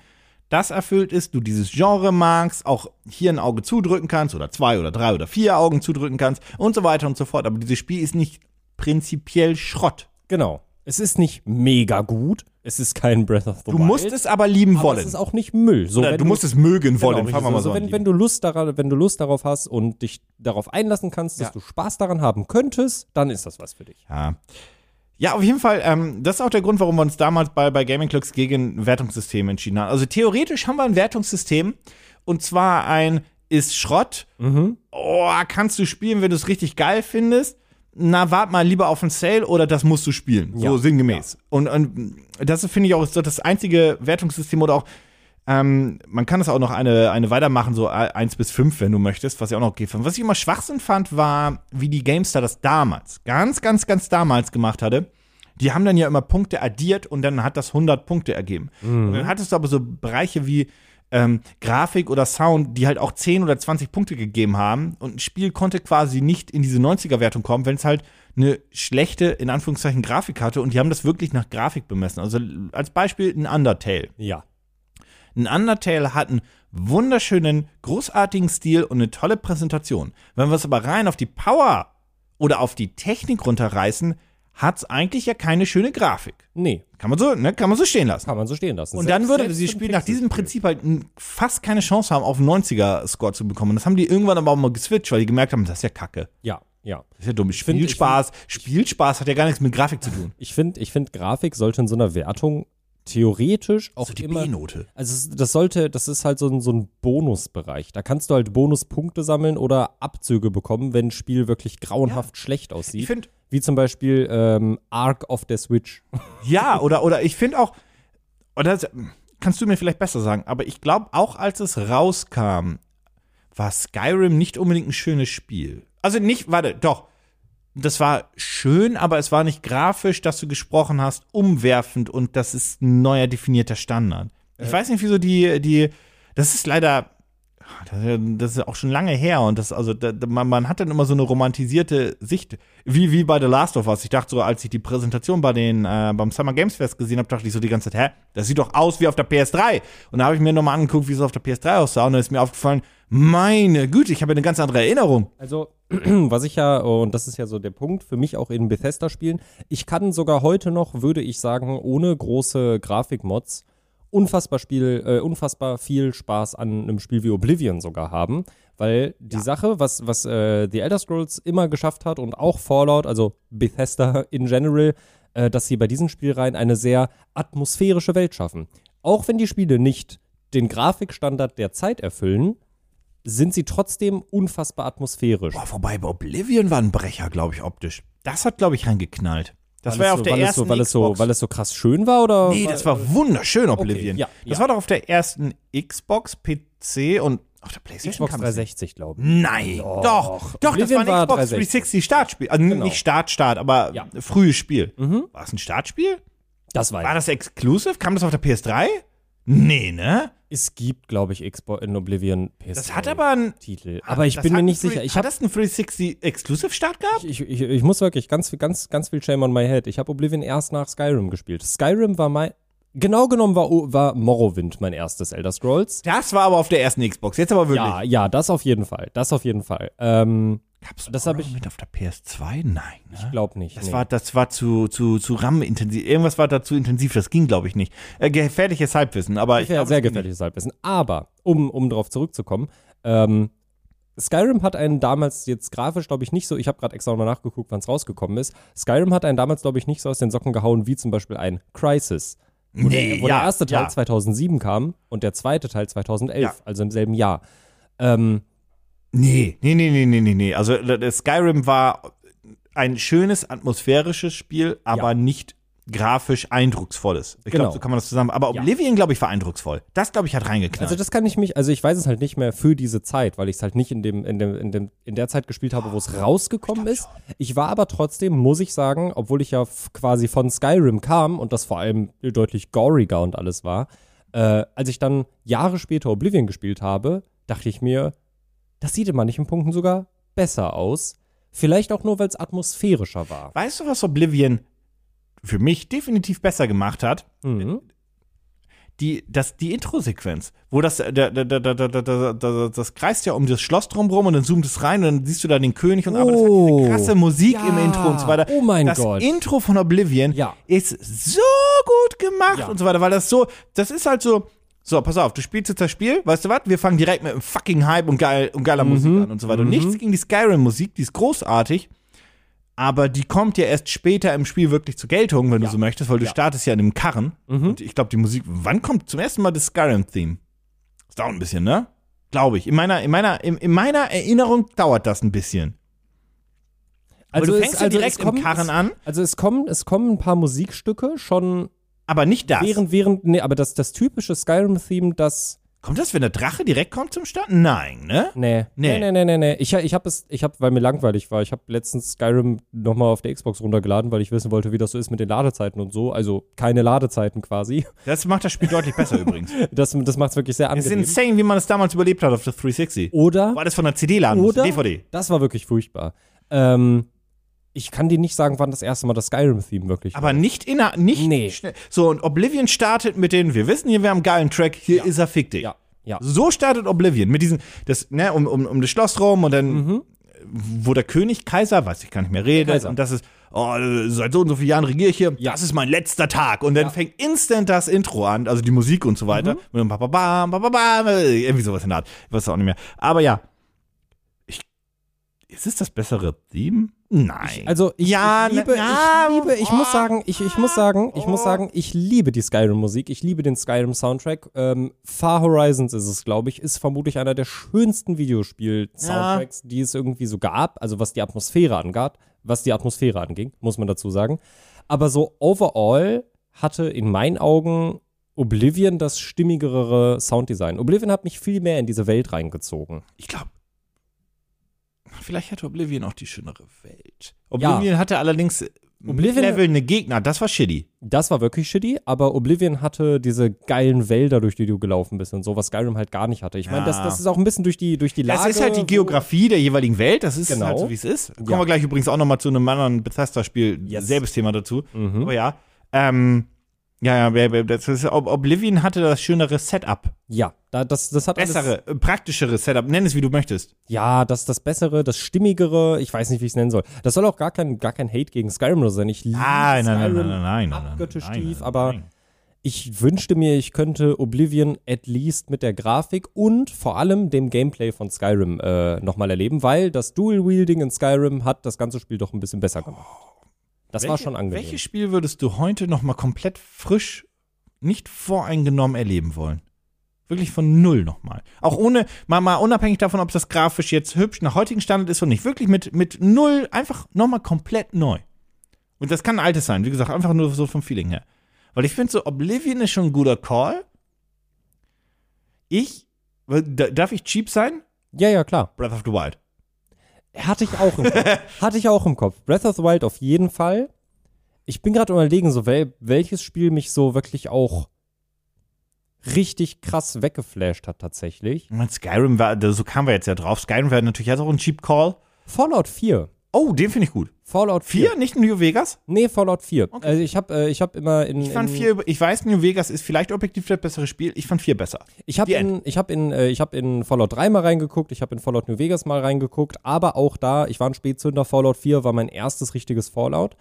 das erfüllt ist, du dieses Genre magst, auch hier ein Auge zudrücken kannst oder zwei oder drei oder vier Augen zudrücken kannst und so weiter und so fort. Aber dieses Spiel ist nicht prinzipiell Schrott.
Genau. Es ist nicht mega gut. Es ist kein Breath of the
Du
Wild.
musst es aber lieben
aber
wollen.
es ist auch nicht Müll. So,
oder
wenn
du musst es mögen wollen,
Genau,
fangen wir mal so
also
an.
wenn, wenn, du Lust daran, wenn du Lust darauf hast und dich darauf einlassen kannst, dass
Ja.
du Spaß daran haben könntest, dann ist das was für dich.
Ja. Ja, auf jeden Fall, ähm, das ist auch der Grund, warum wir uns damals bei, bei Gaming Clubs gegen ein Wertungssystem entschieden haben. Also theoretisch haben wir ein Wertungssystem und zwar ein ist Schrott.
Mhm.
Oh, kannst du spielen, wenn du es richtig geil findest? Na, wart mal lieber auf den Sale oder das musst du spielen. So
Ja.
sinngemäß. Und, und das ist, finde ich auch ist das einzige Wertungssystem oder auch ähm, man kann das auch noch eine, eine weitermachen, so 1 bis 5, wenn du möchtest, was ich auch noch okay fand. Was ich immer Schwachsinn fand, war, wie die GameStar das damals, ganz, ganz, ganz damals gemacht hatte. Die haben dann ja immer Punkte addiert und dann hat das 100 Punkte ergeben. Und dann hattest du aber so Bereiche wie ähm, Grafik oder Sound, die halt auch 10 oder 20 Punkte gegeben haben und ein Spiel konnte quasi nicht in diese 90er-Wertung kommen, wenn es halt eine schlechte, in Anführungszeichen, Grafik hatte und die haben das wirklich nach Grafik bemessen. Also als Beispiel ein Undertale.
Ja.
Ein Undertale hat einen wunderschönen, großartigen Stil und eine tolle Präsentation. Wenn wir es aber rein auf die Power oder auf die Technik runterreißen, hat es eigentlich ja keine schöne Grafik.
Nee,
Kann man so, ne, kann man so stehen lassen.
kann man so stehen lassen.
Und dann
Selbst-
würde
selbst
dieses
für ein
Spiel nach diesem
Pixel-Spiel.
Prinzip halt n- fast keine Chance haben, auf einen 90er-Score zu bekommen. Das haben die irgendwann aber auch mal geswitcht, weil die gemerkt haben, das ist ja Kacke.
Ja, ja.
Das ist ja dumm.
find- ich
Spielspaß. Spielspaß hat ja gar nichts mit Grafik zu tun.
Ich finde, ich find, Grafik sollte in so einer Wertung theoretisch auch
So die
immer.
B-Note.
Also es- das sollte, das ist halt so ein, so ein Bonusbereich. Da kannst du halt Bonuspunkte sammeln oder Abzüge bekommen, wenn ein Spiel wirklich grauenhaft schlecht aussieht.
Ich find-
Wie zum Beispiel ähm, Arc of the Switch.
Ja, oder, oder ich finde auch, oder das- kannst du mir vielleicht besser sagen, aber ich glaube, auch als es rauskam, war Skyrim nicht unbedingt ein schönes Spiel. Also nicht, warte, doch. Das war schön, aber es war nicht grafisch, dass du gesprochen hast, umwerfend und das ist ein neuer definierter Standard. Ich weiß nicht, wieso die, die, Das ist leider, das ist ja- das ist ja auch schon lange her und das, also, da, da- man, man hat dann immer so eine romantisierte Sicht, wie, wie bei The Last of Us. Ich dachte so, als ich die Präsentation bei den, äh, beim Summer Games Fest gesehen habe, dachte ich so die ganze Zeit, hä, das sieht doch aus wie auf der PS3. Und da habe ich mir nochmal angeguckt, wie es auf der PS3 aussah und dann ist mir aufgefallen, meine Güte, ich habe ja eine ganz andere Erinnerung.
Also, was ich ja, und das ist ja so der Punkt, für mich auch in Bethesda-Spielen, ich kann sogar heute noch, würde ich sagen, ohne große Grafikmods unfassbar, Spiel, äh, unfassbar viel Spaß an einem Spiel wie Oblivion sogar haben, weil die Sache, was, was äh, The Elder Scrolls immer geschafft hat und auch Fallout, also Bethesda in general, äh, dass sie bei diesen Spielreihen eine sehr atmosphärische Welt schaffen. Auch wenn die Spiele nicht den Grafikstandard der Zeit erfüllen, sind sie trotzdem unfassbar atmosphärisch.
Boah, Ah, wobei bei Oblivion war ein Brecher, glaube ich, optisch. Das hat, glaube ich, reingeknallt. Das war ja auf
so,
der
weil
ersten
es so, weil es so,
Xbox.
weil es so krass schön war oder?
Nee,
weil-
das war wunderschön, Oblivion.
ja,
Das
ja.
war doch auf der ersten Xbox, PC und auf der PlayStation
Xbox
kam das nicht.
360, glaube ich.
Nein, doch, doch, das war
Oblivion
ein
war Genau.
Xbox 360 Startspiel. Also nicht Start, Start, aber
Ja. Mhm.
frühes Spiel. War es ein Startspiel?
Das war.
War das exclusive? Kam das auf der PS3? Nee, ne?
Es gibt, glaube ich, Xbox in Oblivion PS.
Das hat aber ein.
Titel. Aber ich
das
bin
hat
mir
ein
nicht
Three-
sicher. Ich
hat
habe
das einen 360 Exclusive Start gehabt?
ich, ich, ich muss wirklich ganz viel- ganz ganz viel shame on my head. Ich habe Oblivion erst nach Skyrim gespielt. Skyrim war mein genau genommen war war Morrowind mein erstes Elder Scrolls.
Das war aber auf der ersten Xbox. Jetzt aber wirklich.
Ja, ja, das auf jeden Fall. Das auf jeden Fall. Ähm,
Gab's
das hab ich-
mit auf der PS2? Nein. Ne?
glaub nicht.
Das
nee.
war, das war zu, zu, zu RAM-intensiv. Irgendwas war da zu intensiv, das ging, glaube ich, nicht. Äh, gefährliches Halbwissen, aber ich
Gefähr
glaub,
sehr
es ging
gefährliches Halbwissen. Aber, um, um darauf zurückzukommen, ähm, Skyrim hat einen damals jetzt grafisch, glaube ich, nicht so, ich habe gerade extra nochmal nachgeguckt, wann es rausgekommen ist. Skyrim hat einen damals, glaube ich, nicht so aus den Socken gehauen, wie zum Beispiel ein Crisis. Wo,
Nee,
der, wo
ja,
der erste Teil
ja.
2007 kam und der zweite Teil 2011,
Ja.
also im selben Jahr. Ähm,
Nee, nee, nee, nee, nee, nee, nee. Also äh, das Skyrim war ein schönes atmosphärisches Spiel, aber
Ja.
nicht grafisch eindrucksvolles. Ich
Genau.
glaube, so kann man das zusammen. Aber
Ja.
Oblivion, glaube ich, war eindrucksvoll. Das, glaube ich, hat reingeknallt.
also das kann ich mich, also ich weiß es halt nicht mehr für diese Zeit, weil ich es halt nicht in dem, in dem, in dem, in der Zeit gespielt habe, wo
Ah,
es rausgekommen ist. Ich war aber trotzdem, muss ich sagen, obwohl ich ja f- quasi von Skyrim kam und das vor allem deutlich goriger und alles war, äh, als ich dann Jahre später Oblivion gespielt habe, dachte ich mir, das sieht in manchen Punkten sogar besser aus. Vielleicht auch nur, weil es atmosphärischer war.
weißt du, was Oblivion für mich definitiv besser gemacht hat?
Mhm.
die, das, die Intro-Sequenz, wo das, äh, der, der, der, der, der, der, der, der, das kreist ja um das Schloss drumrum und dann zoomt es rein und dann siehst du da den König und aber das hat diese
Oh.
krasse Musik im
Ja.
Intro und so weiter.
Oh mein
das
Gott.
Intro von Oblivion
Ja.
ist so gut gemacht
Ja.
und so weiter, weil das so, das ist halt so, so, pass auf, du spielst jetzt das Spiel, weißt du was, wir fangen direkt mit einem fucking Hype und, geil, und
Mhm.
geiler Musik an und so weiter. Und nichts gegen die Skyrim-Musik, die ist großartig, aber die kommt ja erst später im Spiel wirklich zur Geltung, wenn du so möchtest, weil du startest ja in einem Karren.
Mhm.
Und ich glaube, die Musik, wann kommt zum ersten Mal das Skyrim-Theme? Das dauert ein bisschen, ne? Glaube ich. In meiner, in, meiner, in, in meiner Erinnerung dauert das ein bisschen. Also du
es-
fängst ja direkt im Karren an,
Also es kommen, es kommen ein paar Musikstücke schon
aber nicht das.
während, während, nee, aber das, das typische Skyrim-Theme, das
kommt das, wenn der Drache direkt kommt zum Start? Nein, ne?
Nee.
Nee.
Nee, nee, nee, nee. nee. Ich, ich habe es, ich habe, weil mir langweilig war, ich habe letztens Skyrim nochmal auf der Xbox runtergeladen, weil ich wissen wollte, wie das so ist mit den Ladezeiten und so. Also keine Ladezeiten quasi.
Das macht das Spiel deutlich besser übrigens.
Das, das macht es wirklich sehr
Es ist
angenehm.
insane, wie man es damals überlebt hat auf der 360.
Oder,
War das von der CD laden musste,
oder,
DVD.
das war wirklich furchtbar. Ähm, ich kann dir nicht sagen, wann das erste Mal das Skyrim-Theme wirklich
Aber nicht inner, nicht
Nee.
schnell. So, und Oblivion startet mit den, wir wissen hier, wir haben einen geilen Track, hier ist er fick dich.
Ja, ja.
So startet Oblivion mit diesen, das, ne, um, um, um das Schloss rum und dann, wo der König, Kaiser, weiß ich gar nicht mehr, redet
Mhm. Kaiser.
und das ist, oh, seit so und so vielen Jahren regiere ich hier, das ist mein letzter Tag und dann fängt instant das Intro an, also die Musik und so
Mhm.
weiter, mit einem ba ba ba ba ba ba, irgendwie sowas in der Art, ich weiß auch nicht mehr. Aber ja, ich, ist es das bessere Theme? Nein.
Also ich,
Ja,
ich liebe,
na- na,
ich liebe, ich
oh,
muss sagen, ich, ich muss sagen, ich muss
oh.
sagen, ich liebe die Skyrim-Musik, ich liebe den Skyrim-Soundtrack. Ähm, Far Horizons ist es, glaube ich, ist vermutlich einer der schönsten Videospiel-Soundtracks, die es irgendwie so gab. Also was die Atmosphäre angab, was die Atmosphäre anging, muss man dazu sagen. Aber so overall hatte in meinen Augen Oblivion das stimmigere Sounddesign. Oblivion hat mich viel mehr in diese Welt reingezogen.
ich glaube, vielleicht hatte Oblivion auch die schönere Welt. Oblivion hatte allerdings
Oblivion,
Levelnde Gegner, das war shitty.
das war wirklich shitty, aber Oblivion hatte diese geilen Wälder, durch die du gelaufen bist und so, was Skyrim halt gar nicht hatte. Ich meine, das,
Ja.
das ist auch ein bisschen durch die, durch die Lage.
Das ist halt die
wo-
Geografie der jeweiligen Welt, das ist
Genau.
halt so, wie es ist. Kommen
Ja.
wir gleich übrigens auch nochmal zu einem anderen Bethesda-Spiel,
Yes.
selbes Thema dazu. Aber ja, ähm, ja, ja, ja, das ist, Ob- Oblivion hatte das schönere Setup.
Ja, da, das, das hat alles,
Bessere, äh, praktischere Setup, nenn es wie du möchtest.
Ja, das, das Bessere, das Stimmigere, ich weiß nicht, wie ich es nennen soll. Das soll auch gar kein, gar kein Hate gegen Skyrim oder so sein. Ich liebe
Ah, nein, nein, nein, nein,
Skyrim
nein, nein, nein.
abgöttisch
nein, nein,
tief,
nein,
aber
nein.
ich wünschte mir, ich könnte Oblivion at least mit der Grafik und vor allem dem Gameplay von Skyrim äh, nochmal erleben, weil das Dual-Wielding in Skyrim hat das ganze Spiel doch ein bisschen besser gemacht. Das war
Welche-
schon angenehm.
Welches Spiel würdest du heute noch mal komplett frisch, nicht voreingenommen erleben wollen? Wirklich von null nochmal. Auch ohne, mal, mal unabhängig davon, ob das grafisch jetzt hübsch nach heutigen Standard ist oder nicht. Wirklich mit, mit null, einfach nochmal komplett neu. Und das kann ein altes sein, wie gesagt, einfach nur so vom Feeling her. Weil ich finde so, Oblivion ist schon ein guter Call. Ich, weil, da- darf ich cheap sein?
ja, ja, klar.
Breath of the Wild.
Hatte ich auch im Kopf. Hatte ich auch im Kopf. Breath of the Wild auf jeden Fall. Ich bin gerade überlegen, so wel welches Spiel mich so wirklich auch richtig krass weggeflasht hat tatsächlich.
Und Skyrim war, da- so kamen wir jetzt ja drauf. Skyrim wäre natürlich jetzt auch ein cheap Call.
Fallout 4.
Oh, den finde ich gut.
Fallout 4?
Vier? Nicht New Vegas?
Nee, Fallout 4.
Okay.
Also ich habe äh, ich habe immer in
Ich fand
in,
vier, ich weiß, New Vegas ist vielleicht objektiv das bessere Spiel. Ich fand vier besser.
Ich habe
Die
in, ich hab in, äh, ich hab in Fallout 3 mal reingeguckt, ich habe in Fallout New Vegas mal reingeguckt, aber auch da, ich war ein Spätzünder, Fallout 4 war mein erstes richtiges Fallout.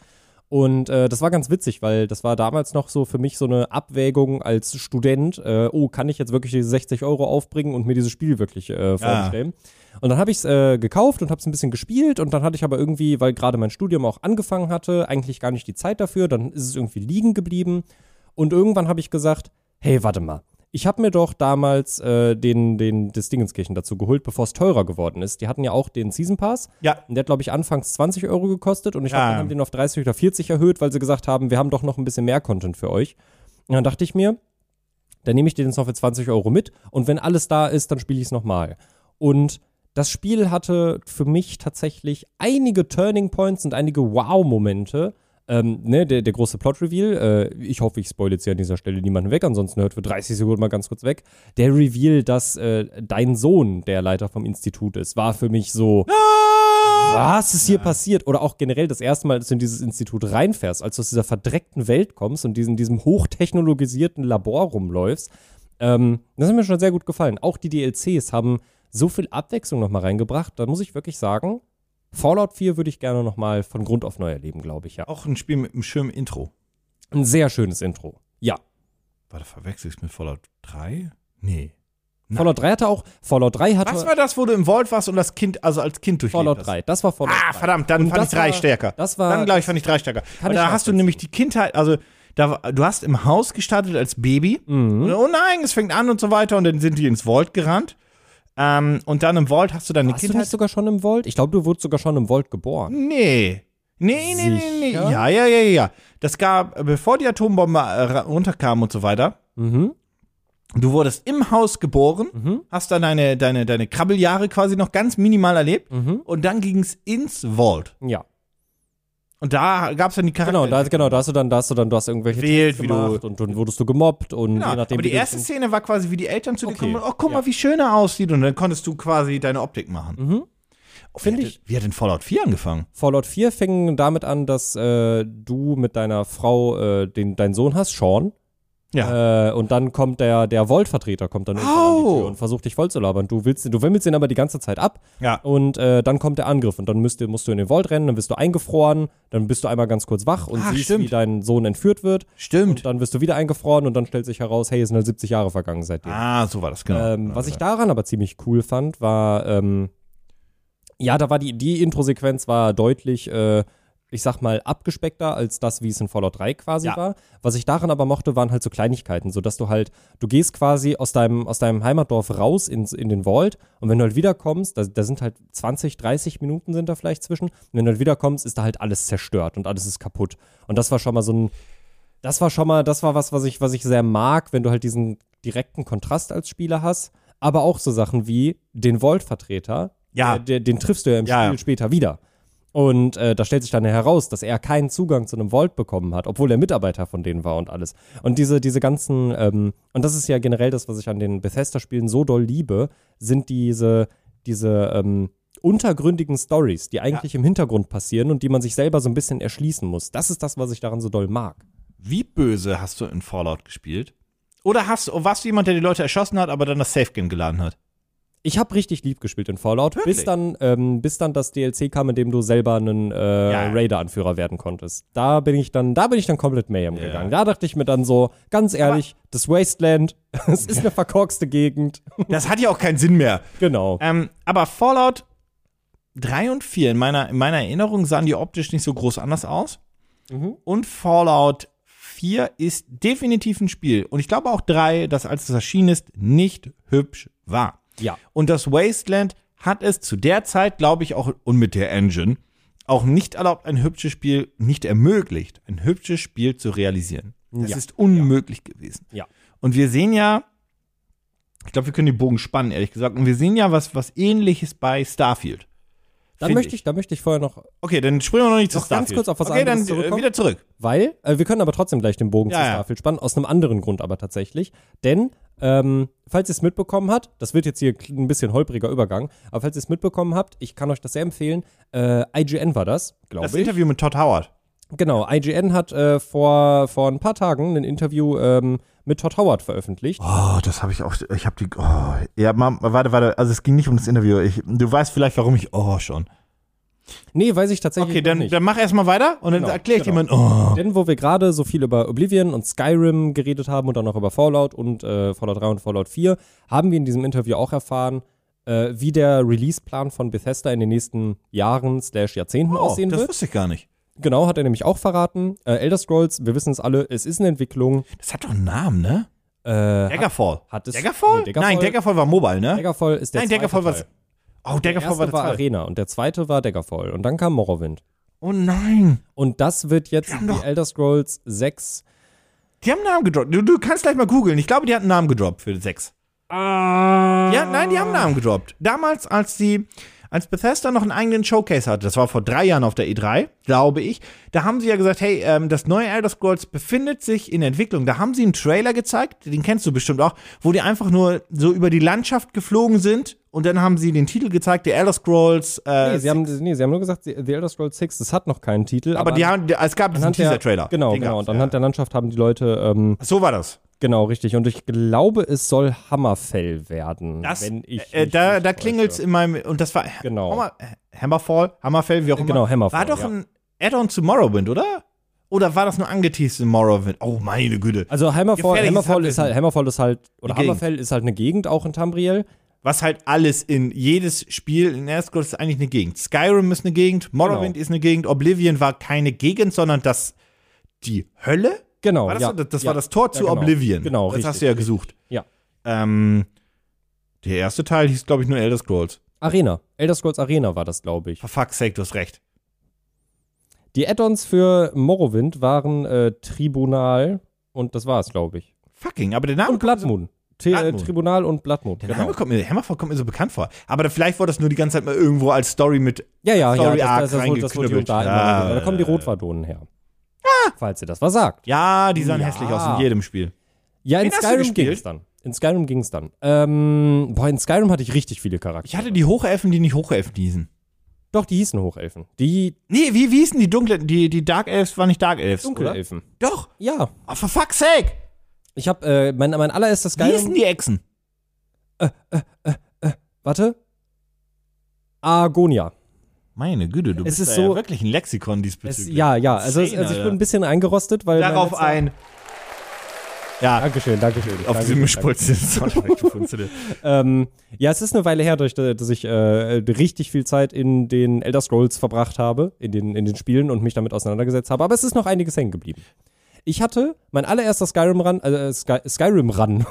Und äh, das war ganz witzig, weil das war damals noch so für mich so eine Abwägung als Student, äh, oh, kann ich jetzt wirklich diese 60 Euro aufbringen und mir dieses Spiel wirklich äh, vorstellen? Und dann habe ich es äh, gekauft und habe es ein bisschen gespielt und dann hatte ich aber irgendwie, weil gerade mein Studium auch angefangen hatte, eigentlich gar nicht die Zeit dafür, dann ist es irgendwie liegen geblieben. Und irgendwann habe ich gesagt, hey, warte mal. Ich habe mir doch damals äh, den, den, das Dingenskirchen dazu geholt, bevor es teurer geworden ist. Die hatten ja auch den Season Pass.
Ja.
Und der hat, glaube ich, anfangs 20 Euro gekostet. Und ich
Ja.
glaube, die haben den auf 30 oder 40 erhöht, weil sie gesagt haben, wir haben doch noch ein bisschen mehr Content für euch. Und dann dachte ich mir, dann nehme ich den jetzt noch für 20 Euro mit. Und wenn alles da ist, dann spiele ich es nochmal. Und das Spiel hatte für mich tatsächlich einige Turning Points und einige Wow-Momente. Ähm, ne, der, der große Plot-Reveal, äh, ich hoffe, ich spoil jetzt hier an dieser Stelle niemanden weg, ansonsten hört für 30 Sekunden mal ganz kurz weg. Der Reveal, dass äh, dein Sohn der Leiter vom Institut ist, war für mich so, was ist hier passiert? Oder auch generell das erste Mal, dass du in dieses Institut reinfährst, als du aus dieser verdreckten Welt kommst und diesen, diesem hochtechnologisierten Labor rumläufst. Ähm, das hat mir schon sehr gut gefallen. Auch die DLCs haben so viel Abwechslung nochmal reingebracht. Da muss ich wirklich sagen, Fallout 4 würde ich gerne nochmal von Grund auf neu erleben, glaube ich, ja.
Auch ein Spiel mit einem schönen Intro.
Ein sehr schönes Intro. Ja.
Warte, verwechsel ich es mit Fallout 3? Nee. Nein.
Fallout 3 hatte auch, Fallout 3 hatte
Was war das, wo du im Vault warst und das Kind, also als Kind durchlebt
Fallout
hast?
3. Das war Fallout
Ah,
3.
verdammt, dann
Und
fand
das
ich 3
war-
stärker.
das war-
dann glaube ich, fand ich 3 stärker.
Kann
Weil
ich
da hast du
nachvollziehen.
nämlich die Kindheit, also da, war- du hast im Haus gestartet als Baby.
Mhm.
Und, oh nein, es fängt an und so weiter. Und dann sind die ins Vault gerannt. Ähm, und dann im Vault hast du deine
Warst du
Kindheit
nicht sogar schon im Vault? Ich glaube, du wurdest sogar schon im Vault geboren.
Nee. Nee, nee, nee, nee.
Sicher?
Ja, ja, ja, ja. Das gab, bevor die Atombombe äh, runterkam und so weiter,
Mhm.
du wurdest im Haus geboren, hast dann deine, deine, deine Krabbeljahre quasi noch ganz minimal erlebt
Mhm.
und dann ging es ins Vault.
Ja.
Und da gab es dann die Charakter.
Genau, da, genau, da hast du dann, da hast du dann, du hast irgendwelche
Gewählt,
Tests
wie du-
gemacht und dann wurdest du gemobbt und
Genau,
je nachdem.
aber
wie
die
du-
erste Szene war quasi, wie die Eltern zu dir
Okay,
kommen und, oh, guck
ja.
mal, wie schön er aussieht. Und dann konntest du quasi deine Optik machen.
Mhm.
Oh, wie
Finde
hat
ich-
denn- Wie hat denn Fallout 4 angefangen?
Fallout 4 fing damit an, dass äh, du mit deiner Frau äh, den, deinen Sohn hast, Sean.
Ja. Oh.
Äh, und dann kommt der, der Volt-Vertreter, kommt dann irgendwann an die
Au.
Tür und versucht dich vollzulabern. Du willst, du wimmelst ihn aber die ganze Zeit ab
ja.
und äh, dann kommt der Angriff und dann müsst, ihr- musst du in den Volt rennen, dann wirst du eingefroren, dann bist du einmal ganz kurz wach und
Ach,
siehst,
stimmt.
wie dein Sohn entführt wird.
Stimmt.
Und dann wirst du wieder eingefroren und dann stellt sich heraus, hey, es sind halt 70 Jahre vergangen seitdem.
Ah, so war das, genau.
Ähm,
genau,
was ich
genau.
daran aber ziemlich cool fand, war, ähm, ja, da war die, die Intro-Sequenz war deutlich, äh, ich sag mal, abgespeckter als das, wie es in Fallout 3 quasi
Ja.
war. Was ich daran aber mochte, waren halt so Kleinigkeiten, sodass du halt, du gehst quasi aus deinem, aus deinem Heimatdorf raus ins, in den Vault und wenn du halt wiederkommst, da, da sind halt 20, 30 Minuten sind da vielleicht zwischen, und wenn du halt wiederkommst, ist da halt alles zerstört und alles ist kaputt. Und das war schon mal so ein, das war schon mal, das war was, was ich, was ich sehr mag, wenn du halt diesen direkten Kontrast als Spieler hast. Aber auch so Sachen wie den Volt-Vertreter,
Ja.
äh, der, den triffst du ja im
Ja,
Spiel
ja.
später wieder. Und äh, da stellt sich dann heraus, dass er keinen Zugang zu einem Vault bekommen hat, obwohl er Mitarbeiter von denen war und alles. Und diese, diese ganzen, ähm, und das ist ja generell das, was ich an den Bethesda-Spielen so doll liebe, sind diese, diese ähm, untergründigen Stories, die eigentlich im Hintergrund passieren und die man sich selber so ein bisschen erschließen muss. Das ist das, was ich daran so doll mag.
Wie böse hast du in Fallout gespielt? Oder hast, warst du jemand, der die Leute erschossen hat, aber dann das Safe Game geladen hat?
Ich habe richtig lieb gespielt in Fallout, bis
Wirklich?
dann, ähm, bis dann das DLC kam, in dem du selber einen äh,
ja.
Raider-Anführer werden konntest. Da bin ich dann, da bin ich dann komplett Mayhem gegangen. Da dachte ich mir dann so, ganz ehrlich, das Wasteland, es ist eine verkorkste Gegend.
Das hat ja auch keinen Sinn mehr.
genau.
Ähm, aber Fallout 3 und 4, in meiner, in meiner Erinnerung sahen die optisch nicht so groß anders aus.
Mhm.
Und Fallout 4 ist definitiv ein Spiel. Und ich glaube auch 3, das als es erschienen ist, nicht hübsch war.
Ja.
Und das Wasteland hat es zu der Zeit, glaube ich, auch und mit der Engine auch nicht erlaubt, ein hübsches Spiel, nicht ermöglicht, ein hübsches Spiel zu realisieren. Das
Ja.
ist unmöglich gewesen.
Ja.
Und wir sehen ja, ich glaube, wir können den Bogen spannen, ehrlich gesagt. Und wir sehen ja was, was ähnliches bei Starfield.
Dann
Find
möchte
ich.
ich, dann möchte ich vorher noch,
Okay, dann springen wir noch nicht zu
Noch ganz
Starfield.
kurz auf was
okay, dann
anderes
äh,
zurückkommen?
wieder zurück.
weil, äh, wir können aber trotzdem gleich den Bogen
Ja,
zu
ja.
Starfield spannen, aus einem anderen Grund aber tatsächlich. Denn, ähm, falls ihr es mitbekommen habt, das wird jetzt hier ein bisschen holpriger Übergang, aber falls ihr es mitbekommen habt, ich kann euch das sehr empfehlen, äh, IGN war das, glaube
Das
ich.
Interview mit Todd Howard.
Genau, IGN hat äh, vor, vor ein paar Tagen ein Interview ähm, mit Todd Howard veröffentlicht.
Oh, das habe ich auch. Ich habe die. Oh, ja, Mom, warte, warte. Also es ging nicht um das Interview. Ich, du weißt vielleicht, warum ich. Oh, schon.
Nee, weiß ich tatsächlich
Okay,
noch
dann,
nicht.
dann mach erstmal weiter und dann
Genau,
erkläre ich
genau.
dir mal. Oh.
Denn wo wir gerade so viel über Oblivion und Skyrim geredet haben und dann noch über Fallout und äh, Fallout 3 und Fallout 4, haben wir in diesem Interview auch erfahren, äh, wie der Release-Plan von Bethesda in den nächsten Jahren slash Jahrzehnten aussehen
Oh, das
wird.
wusste ich gar nicht.
Genau, hat er nämlich auch verraten. Äh, Elder Scrolls, wir wissen es alle, es ist eine Entwicklung.
Das hat doch einen Namen, ne?
Äh,
Daggerfall.
hat es-
Daggerfall?
Nee, Daggerfall-
Nein, Daggerfall war Mobile, ne?
Daggerfall ist der
Nein,
zweite
Daggerfall war.
Teil.
Oh,
Der
Daggerfall
erste
war der
war
zweite.
Arena und der zweite war Daggerfall und dann kam Morrowind.
Oh nein.
Und das wird jetzt
haben doch-
die Elder Scrolls 6.
Die haben einen Namen gedroppt. Du, du kannst gleich mal googeln. Ich glaube, die hatten einen Namen gedroppt für 6.
Ah.
Ja, nein, die haben einen Namen gedroppt. Damals, als die, als Bethesda noch einen eigenen Showcase hatte, das war vor drei Jahren auf der E3, glaube ich, da haben sie ja gesagt, hey, ähm, das neue Elder Scrolls befindet sich in Entwicklung. Da haben sie einen Trailer gezeigt, den kennst du bestimmt auch, wo die einfach nur so über die Landschaft geflogen sind und dann haben sie den Titel gezeigt, die Elder Scrolls. Äh,
Nee, sie haben, nee, sie haben nur gesagt, The The Elder Scrolls 6, das hat noch keinen Titel.
aber die haben, es gab diesen
anhand der-
Teaser-Trailer.
Genau,
Den
genau.
gab's,
Und anhand der Landschaft haben die Leute, ähm,
ja. So war das.
genau, richtig. Und ich glaube, es soll Hammerfell werden.
Das,
wenn ich
Äh,
mich
da
nicht
da
täusche.
klingelt's in meinem, und das war
Genau.
Hammer, Hammerfall, Hammerfell, wie auch immer.
Genau, Hammerfall,
War doch
ja.
ein Add-on zu Morrowind, oder? Oder war das nur angeteased in Morrowind? Oh, meine Güte.
Also Hammerfall,
Gefährliches
Hammerfall ist
Halbwissen.
halt, Hammerfall ist halt, oder
Die Gegend.
Hammerfell ist halt eine Gegend auch in Tamriel.
Was halt alles in jedes Spiel in Elder Scrolls ist eigentlich eine Gegend. Skyrim ist eine Gegend, Morrowind
Genau.
ist eine Gegend, Oblivion war keine Gegend, sondern das die Hölle?
Genau.
War das
ja,
so? das, das
ja,
war das Tor
ja,
zu
genau.
Oblivion.
Genau,
Das
richtig.
hast du ja gesucht.
Ja.
Ähm, der erste Teil hieß, glaube ich, nur Elder Scrolls.
Arena. Elder Scrolls Arena war das, glaube ich.
For fuck's sake, du hast recht.
Die Add-ons für Morrowind waren äh, Tribunal und das war's, glaube ich.
Fucking, aber der Name
Und Blood Moon. T
Blood
äh,
Moon.
Tribunal und Blood Moon. Genau.
Der Name kommt mir, Hammerfall kommt mir so bekannt vor. Aber da, vielleicht wurde das nur die ganze Zeit mal irgendwo als Story mit.
Ja, ja,
Story
ja. Das, das, das,
Arc
wurde- das wurde hier und da immer
reingeknüppelt. Ah.
wieder. Da kommen die
Ja.
Rotwardonen her. Falls ihr das was sagt.
Ja, die sahen
Ja.
hässlich aus in jedem Spiel.
Ja, in
hast du
Skyrim
gespielt?
ging's dann. In Skyrim ging's dann. Ähm, boah, in Skyrim hatte ich richtig viele Charaktere.
Ich hatte die Hochelfen, die nicht Hochelfen hießen.
Doch, die hießen Hochelfen. Die
Nee, wie, wie hießen die dunklen? Die, die Dark Elves waren nicht Dark Elves. Oder?
Dunkelelfen.
Doch.
Ja.
Oh, for fuck's sake.
Ich hab, äh, mein, mein allererstes
Wie hießen
Skyrim.
die Echsen?
Warte. Argonia.
Meine Güte, du
Es
bist
ist
da
so-
ja wirklich ein Lexikon
Es,
diesbezüglich.
ja, ja. Also, es,
Insane,
also ich bin
Alter.
ein bisschen eingerostet, weil. mein
Darauf
letzter-
ein. Ja,
Dankeschön, Dankeschön.
auf
Dankeschön,
diesem Mischpult ist
Ähm, ja, es ist eine Weile her, durch- dass ich äh, richtig viel Zeit in den Elder Scrolls verbracht habe, in den, in den Spielen und mich damit auseinandergesetzt habe. Aber es ist noch einiges hängen geblieben. Ich hatte mein allererster Skyrim Run, äh, Sky, Skyrim Run.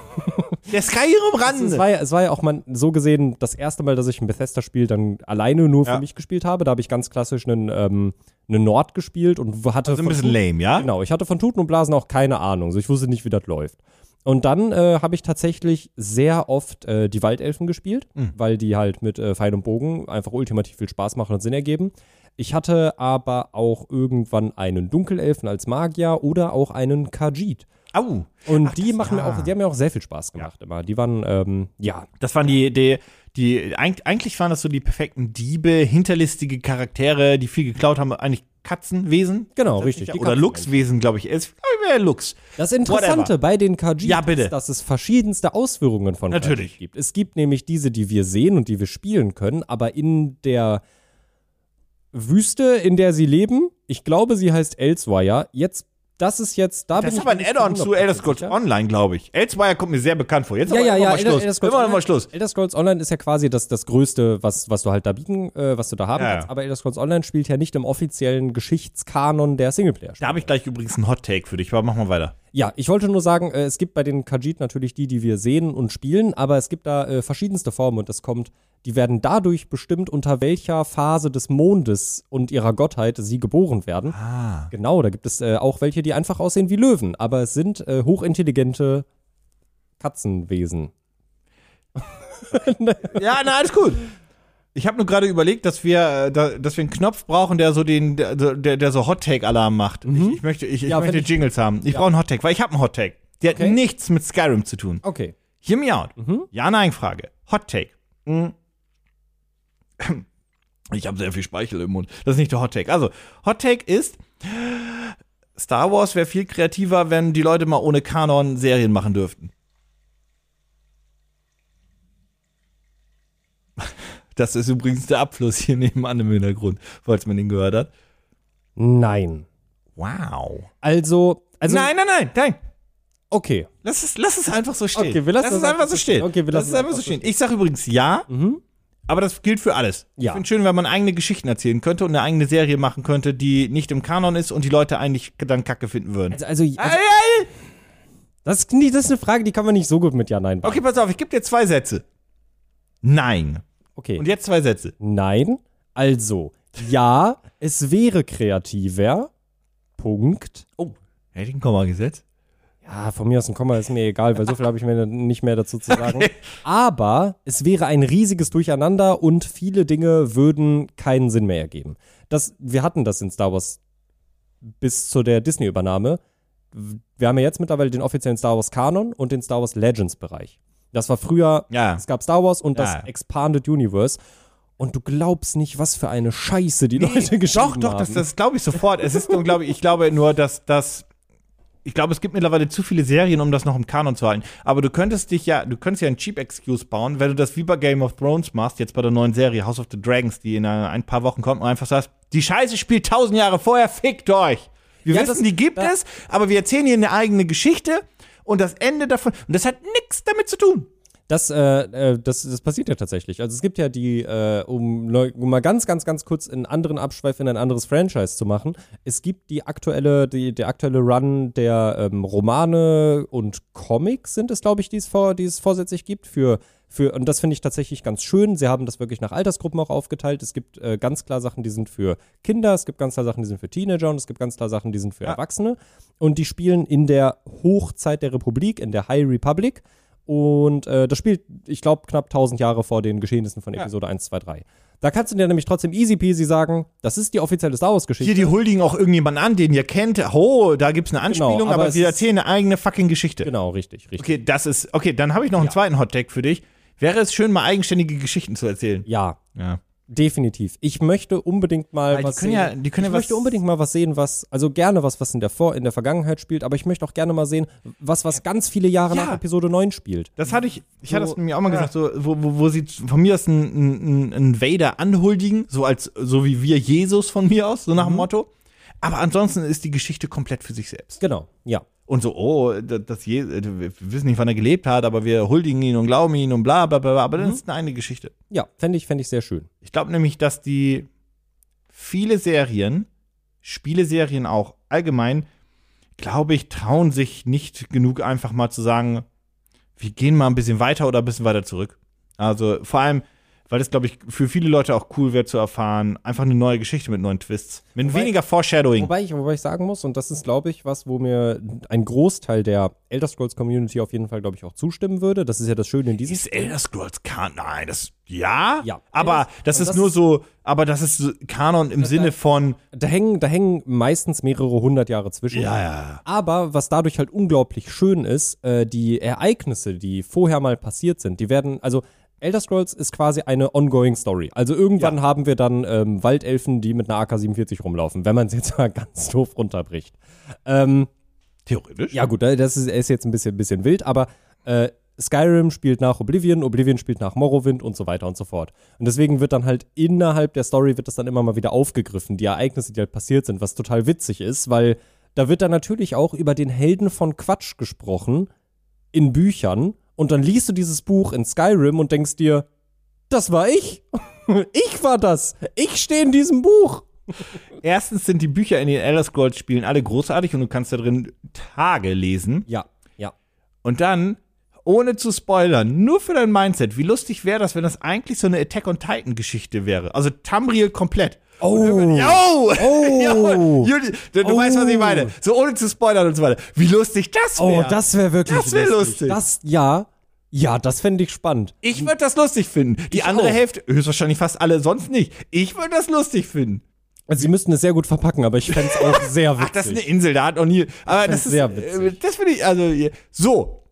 Der Skyrim
Es
Rand.
war, ja, es war ja auch mal so gesehen das erste Mal, dass ich ein Bethesda-Spiel dann alleine nur für
Ja.
mich gespielt habe. Da habe ich ganz klassisch einen, ähm, einen Nord gespielt und
So Also
hatte
ein
von
bisschen
Tuten-
lame, ja?
Genau, ich hatte von Tuten und Blasen auch keine Ahnung. So, ich wusste nicht, wie das läuft. Und dann äh, habe ich tatsächlich sehr oft äh,
Mhm.
die Waldelfen gespielt, weil die halt mit äh, Pfeil und Bogen einfach ultimativ viel Spaß machen und Sinn ergeben. Ich hatte aber auch irgendwann einen Dunkelelfen als Magier oder auch einen Khajiit.
Au.
Und
Ach,
die
das-
machen mir
ja.
auch, die haben mir auch sehr viel Spaß gemacht immer. Die waren, ähm, ja,
Das waren die, die, die, eig- eigentlich waren das so die perfekten Diebe, hinterlistige Charaktere, die viel geklaut haben, eigentlich Katzenwesen.
Genau,
Ist das
richtig,
nicht?
die
Oder
Katzen-
Luchswesen, glaube ich. Es wäre Luchs.
Das Interessante
Whatever.
bei den Khajiits
Ja, bitte.
ist, dass es verschiedenste Ausführungen von
Natürlich.
Khajiit gibt. Es gibt nämlich diese, die wir sehen und die wir spielen können, aber in der Wüste, in der sie leben, ich glaube, sie heißt Elsewire, jetzt, das ist jetzt, da
Das
bin
ist
ich
aber ein
mir nicht
Add-on zu
100%
Elder Scrolls
sicher.
Online, glaube ich. Elsewire kommt mir sehr bekannt vor. Jetzt
Ja,
aber
ja,
immer
ja,
mal Schluss.
Elder Scrolls
Immer mal
Online-
Schluss.
Elder Scrolls Online ist ja quasi das, das Größte, was, was du halt da bieten, äh, was du da haben
Ja,
kannst,
ja.
aber Elder Scrolls Online spielt ja nicht im offiziellen Geschichtskanon der Singleplayer.
Da habe ich gleich übrigens einen Hot-Take für dich, aber mach mal weiter.
Ja, ich wollte nur sagen, äh, es gibt bei den Khajiit natürlich die, die wir sehen und spielen, aber es gibt da äh, verschiedenste Formen und das kommt, die werden dadurch bestimmt, unter welcher Phase des Mondes und ihrer Gottheit sie geboren werden.
Ah.
Genau, da gibt es äh, auch welche, die einfach aussehen wie Löwen, aber es sind äh, hochintelligente Katzenwesen.
Ja, na, alles gut. Ich habe nur gerade überlegt, dass wir, äh, da, dass wir einen Knopf brauchen, der so den, der, der der so Hot-Take-Alarm macht. Ich, ich möchte, ich, ich
Mhm. Ja,
möchte
find ich-
Jingles haben. Ich brauche einen Hot-Take, weil ich habe einen Hot-Take. Der
Okay.
hat nichts mit Skyrim zu tun.
Okay.
Hear me out. Ja-Nein-Frage. Hot Take. Ich habe sehr viel Speichel im Mund. Das ist nicht der Hot Take. Also, Hot Take ist, Star Wars wäre viel kreativer, wenn die Leute mal ohne Kanon Serien machen dürften. Das ist übrigens der Abfluss hier nebenan im Hintergrund, falls man den gehört hat.
Nein.
Wow.
Also, also
nein, nein, nein, nein.
okay.
Lass es, lass es einfach so stehen.
Okay, wir lassen
lass es
es
einfach so stehen.
Okay, wir
lass
lassen Mhm.
es einfach so stehen. Ich sage übrigens ja, aber das gilt für alles. Ich
Ja.
finde schön, wenn man eigene Geschichten erzählen könnte und eine eigene Serie machen könnte, die nicht im Kanon ist und die Leute eigentlich dann Kacke finden würden.
Also, also,
Ei,
also
ei, ei.
das, ist nie- das ist eine Frage, die kann man nicht so gut mit Ja, Nein
okay, pass auf, ich gebe dir zwei Sätze. Nein.
Okay.
Und jetzt zwei Sätze.
Nein. Also, ja, es wäre kreativer. Punkt.
Oh, hätte ich ein Komma gesetzt?
Ja, von mir aus ein Komma ist mir egal, weil so viel habe ich mir nicht mehr dazu zu sagen. Aber es wäre ein riesiges Durcheinander und viele Dinge würden keinen Sinn mehr ergeben. Das, wir hatten das in Star Wars bis zu der Disney-Übernahme. Wir haben ja jetzt mittlerweile den offiziellen Star Wars-Kanon und den Star Wars Legends-Bereich. Das war früher
Ja.
es gab Star Wars und
Ja.
das Expanded Universe. Und du glaubst nicht, was für eine Scheiße die Leute geschrieben
Doch, doch,
haben.
das, das glaube ich sofort. Es ist nur, glaube ich, ich glaube nur, dass das. Ich glaube, es gibt mittlerweile zu viele Serien, um das noch im Kanon zu halten. Aber du könntest dich ja, du könntest ja einen Cheap Excuse bauen, wenn du das wie bei Game of Thrones machst, jetzt bei der neuen Serie House of the Dragons, die in äh, ein paar Wochen kommt, und einfach sagst, die Scheiße spielt tausend Jahre vorher, fickt euch. Wir
Ja,
wissen,
das-
die gibt
da-
es, aber wir erzählen hier eine eigene Geschichte und das Ende davon. Und das hat nichts damit zu tun.
Das, äh, äh, das, das passiert ja tatsächlich. Also es gibt ja die, äh, um, neu- um mal ganz, ganz, ganz kurz einen anderen Abschweif in ein anderes Franchise zu machen. Es gibt die aktuelle, die, der aktuelle Run der ähm, Romane und Comics sind es, glaube ich, die es, vor, die es vorsätzlich gibt für für, und das finde ich tatsächlich ganz schön. Sie haben das wirklich nach Altersgruppen auch aufgeteilt. Es gibt äh, ganz klar Sachen, die sind für Kinder, es gibt ganz klar Sachen, die sind für Teenager und es gibt ganz klar Sachen, die sind für Erwachsene. Und die spielen in der Hochzeit der Republik, in der High Republic. Und äh, das spielt, ich glaube, knapp 1000 Jahre vor den Geschehnissen von Episode 1, 2, 3. Da kannst du dir nämlich trotzdem easy peasy sagen, das ist die offizielle Star Wars-Geschichte.
Hier, die huldigen auch irgendjemanden an, den ihr kennt. Oh, da gibt's eine Anspielung,
Genau, aber
aber
es
wir
ist-
erzählen eine eigene fucking Geschichte.
Genau, richtig, richtig.
Okay, das ist. Okay, dann habe ich noch einen zweiten Hot-Tag für dich. Wäre es schön, mal eigenständige Geschichten zu erzählen?
Ja,
Ja.
Definitiv. Ich möchte unbedingt mal
Weil die
was
können
sehen.
ja- die können ja
ich
was-
möchte unbedingt mal was sehen, was also gerne was, was in der Vor in der Vergangenheit spielt, aber ich möchte auch gerne mal sehen, was was ganz viele Jahre
Ja.
nach Episode 9 spielt.
Das hatte ich, ich hatte es
So,
mir auch mal gesagt, so, wo, wo, wo sie von mir aus einen, einen, einen Vader anhuldigen, so als, so wie wir Jesus von mir aus, so nach
Mhm.
dem Motto. Aber ansonsten ist die Geschichte komplett für sich selbst.
Genau. Ja.
Und so, oh, da- das Je äh, wir wissen nicht, wann er gelebt hat, aber wir huldigen ihn und glauben ihn und bla bla bla, bla. aber
Mhm.
das ist eine eigene Geschichte.
Ja, fände ich fände ich sehr schön.
Ich glaube nämlich, dass die viele Serien, Spieleserien auch allgemein, glaube ich, trauen sich nicht genug einfach mal zu sagen, wir gehen mal ein bisschen weiter oder ein bisschen weiter zurück. Also vor allem, weil das, glaube ich, für viele Leute auch cool wäre zu erfahren. Einfach eine neue Geschichte mit neuen Twists. Mit
Wobei-
weniger Foreshadowing.
Wobei ich, wobei ich sagen muss, und das ist, glaube ich, was, wo mir ein Großteil der Elder Scrolls Community auf jeden Fall, glaube ich, auch zustimmen würde. Das ist ja das Schöne in diesem.
ist Elder Scrolls Kanon? Nein, das. Ja?
Ja.
Aber
Elder-
das
und
ist
das
nur
ist-
so. Aber das ist so Kanon im Sinne von.
Da hängen, da hängen meistens mehrere hundert Jahre zwischen.
Ja, ja.
Aber was dadurch halt unglaublich schön ist, äh, die Ereignisse, die vorher mal passiert sind, die werden, also Elder Scrolls ist quasi eine ongoing Story. Also irgendwann
Ja.
haben wir dann ähm, Waldelfen, die mit einer AK-47 rumlaufen, wenn man es jetzt mal ganz doof runterbricht. Ähm,
Theoretisch?
ja gut, äh, das ist, ist jetzt ein bisschen, bisschen wild, aber äh, Skyrim spielt nach Oblivion, Oblivion spielt nach Morrowind und so weiter und so fort. Und deswegen wird dann halt innerhalb der Story wird das dann immer mal wieder aufgegriffen, die Ereignisse, die halt passiert sind, was total witzig ist, weil da wird dann natürlich auch über den Helden von Quatsch gesprochen in Büchern und dann liest du dieses Buch in Skyrim und denkst dir, das war ich. Ich war das. Ich stehe in diesem Buch.
Erstens sind die Bücher in den Elder Scrolls Spielen alle großartig und du kannst da drin Tage lesen.
Ja, ja.
Und dann, ohne zu spoilern, nur für dein Mindset, wie lustig wäre das, wenn das eigentlich so eine Attack on Titan Geschichte wäre? Also Tamriel komplett.
Oh.
Yo!
Oh.
Yo! Judy, Du, du
Oh.
weißt, was ich meine. So ohne zu spoilern und so weiter. Wie lustig das
Oh,
wäre.
das wäre wirklich
Das wär lustig.
Das, ja, ja, das fände ich spannend.
ich würde das lustig finden. Die andere
auch.
Hälfte, höchstwahrscheinlich fast alle sonst nicht. Ich würde das lustig finden.
Also, sie müssten es sehr gut verpacken, aber ich fände es auch sehr witzig.
Ach, das ist eine Insel, da hat auch nie. Aber das
find's
ist.
sehr witzig.
äh, Das finde ich, also. So,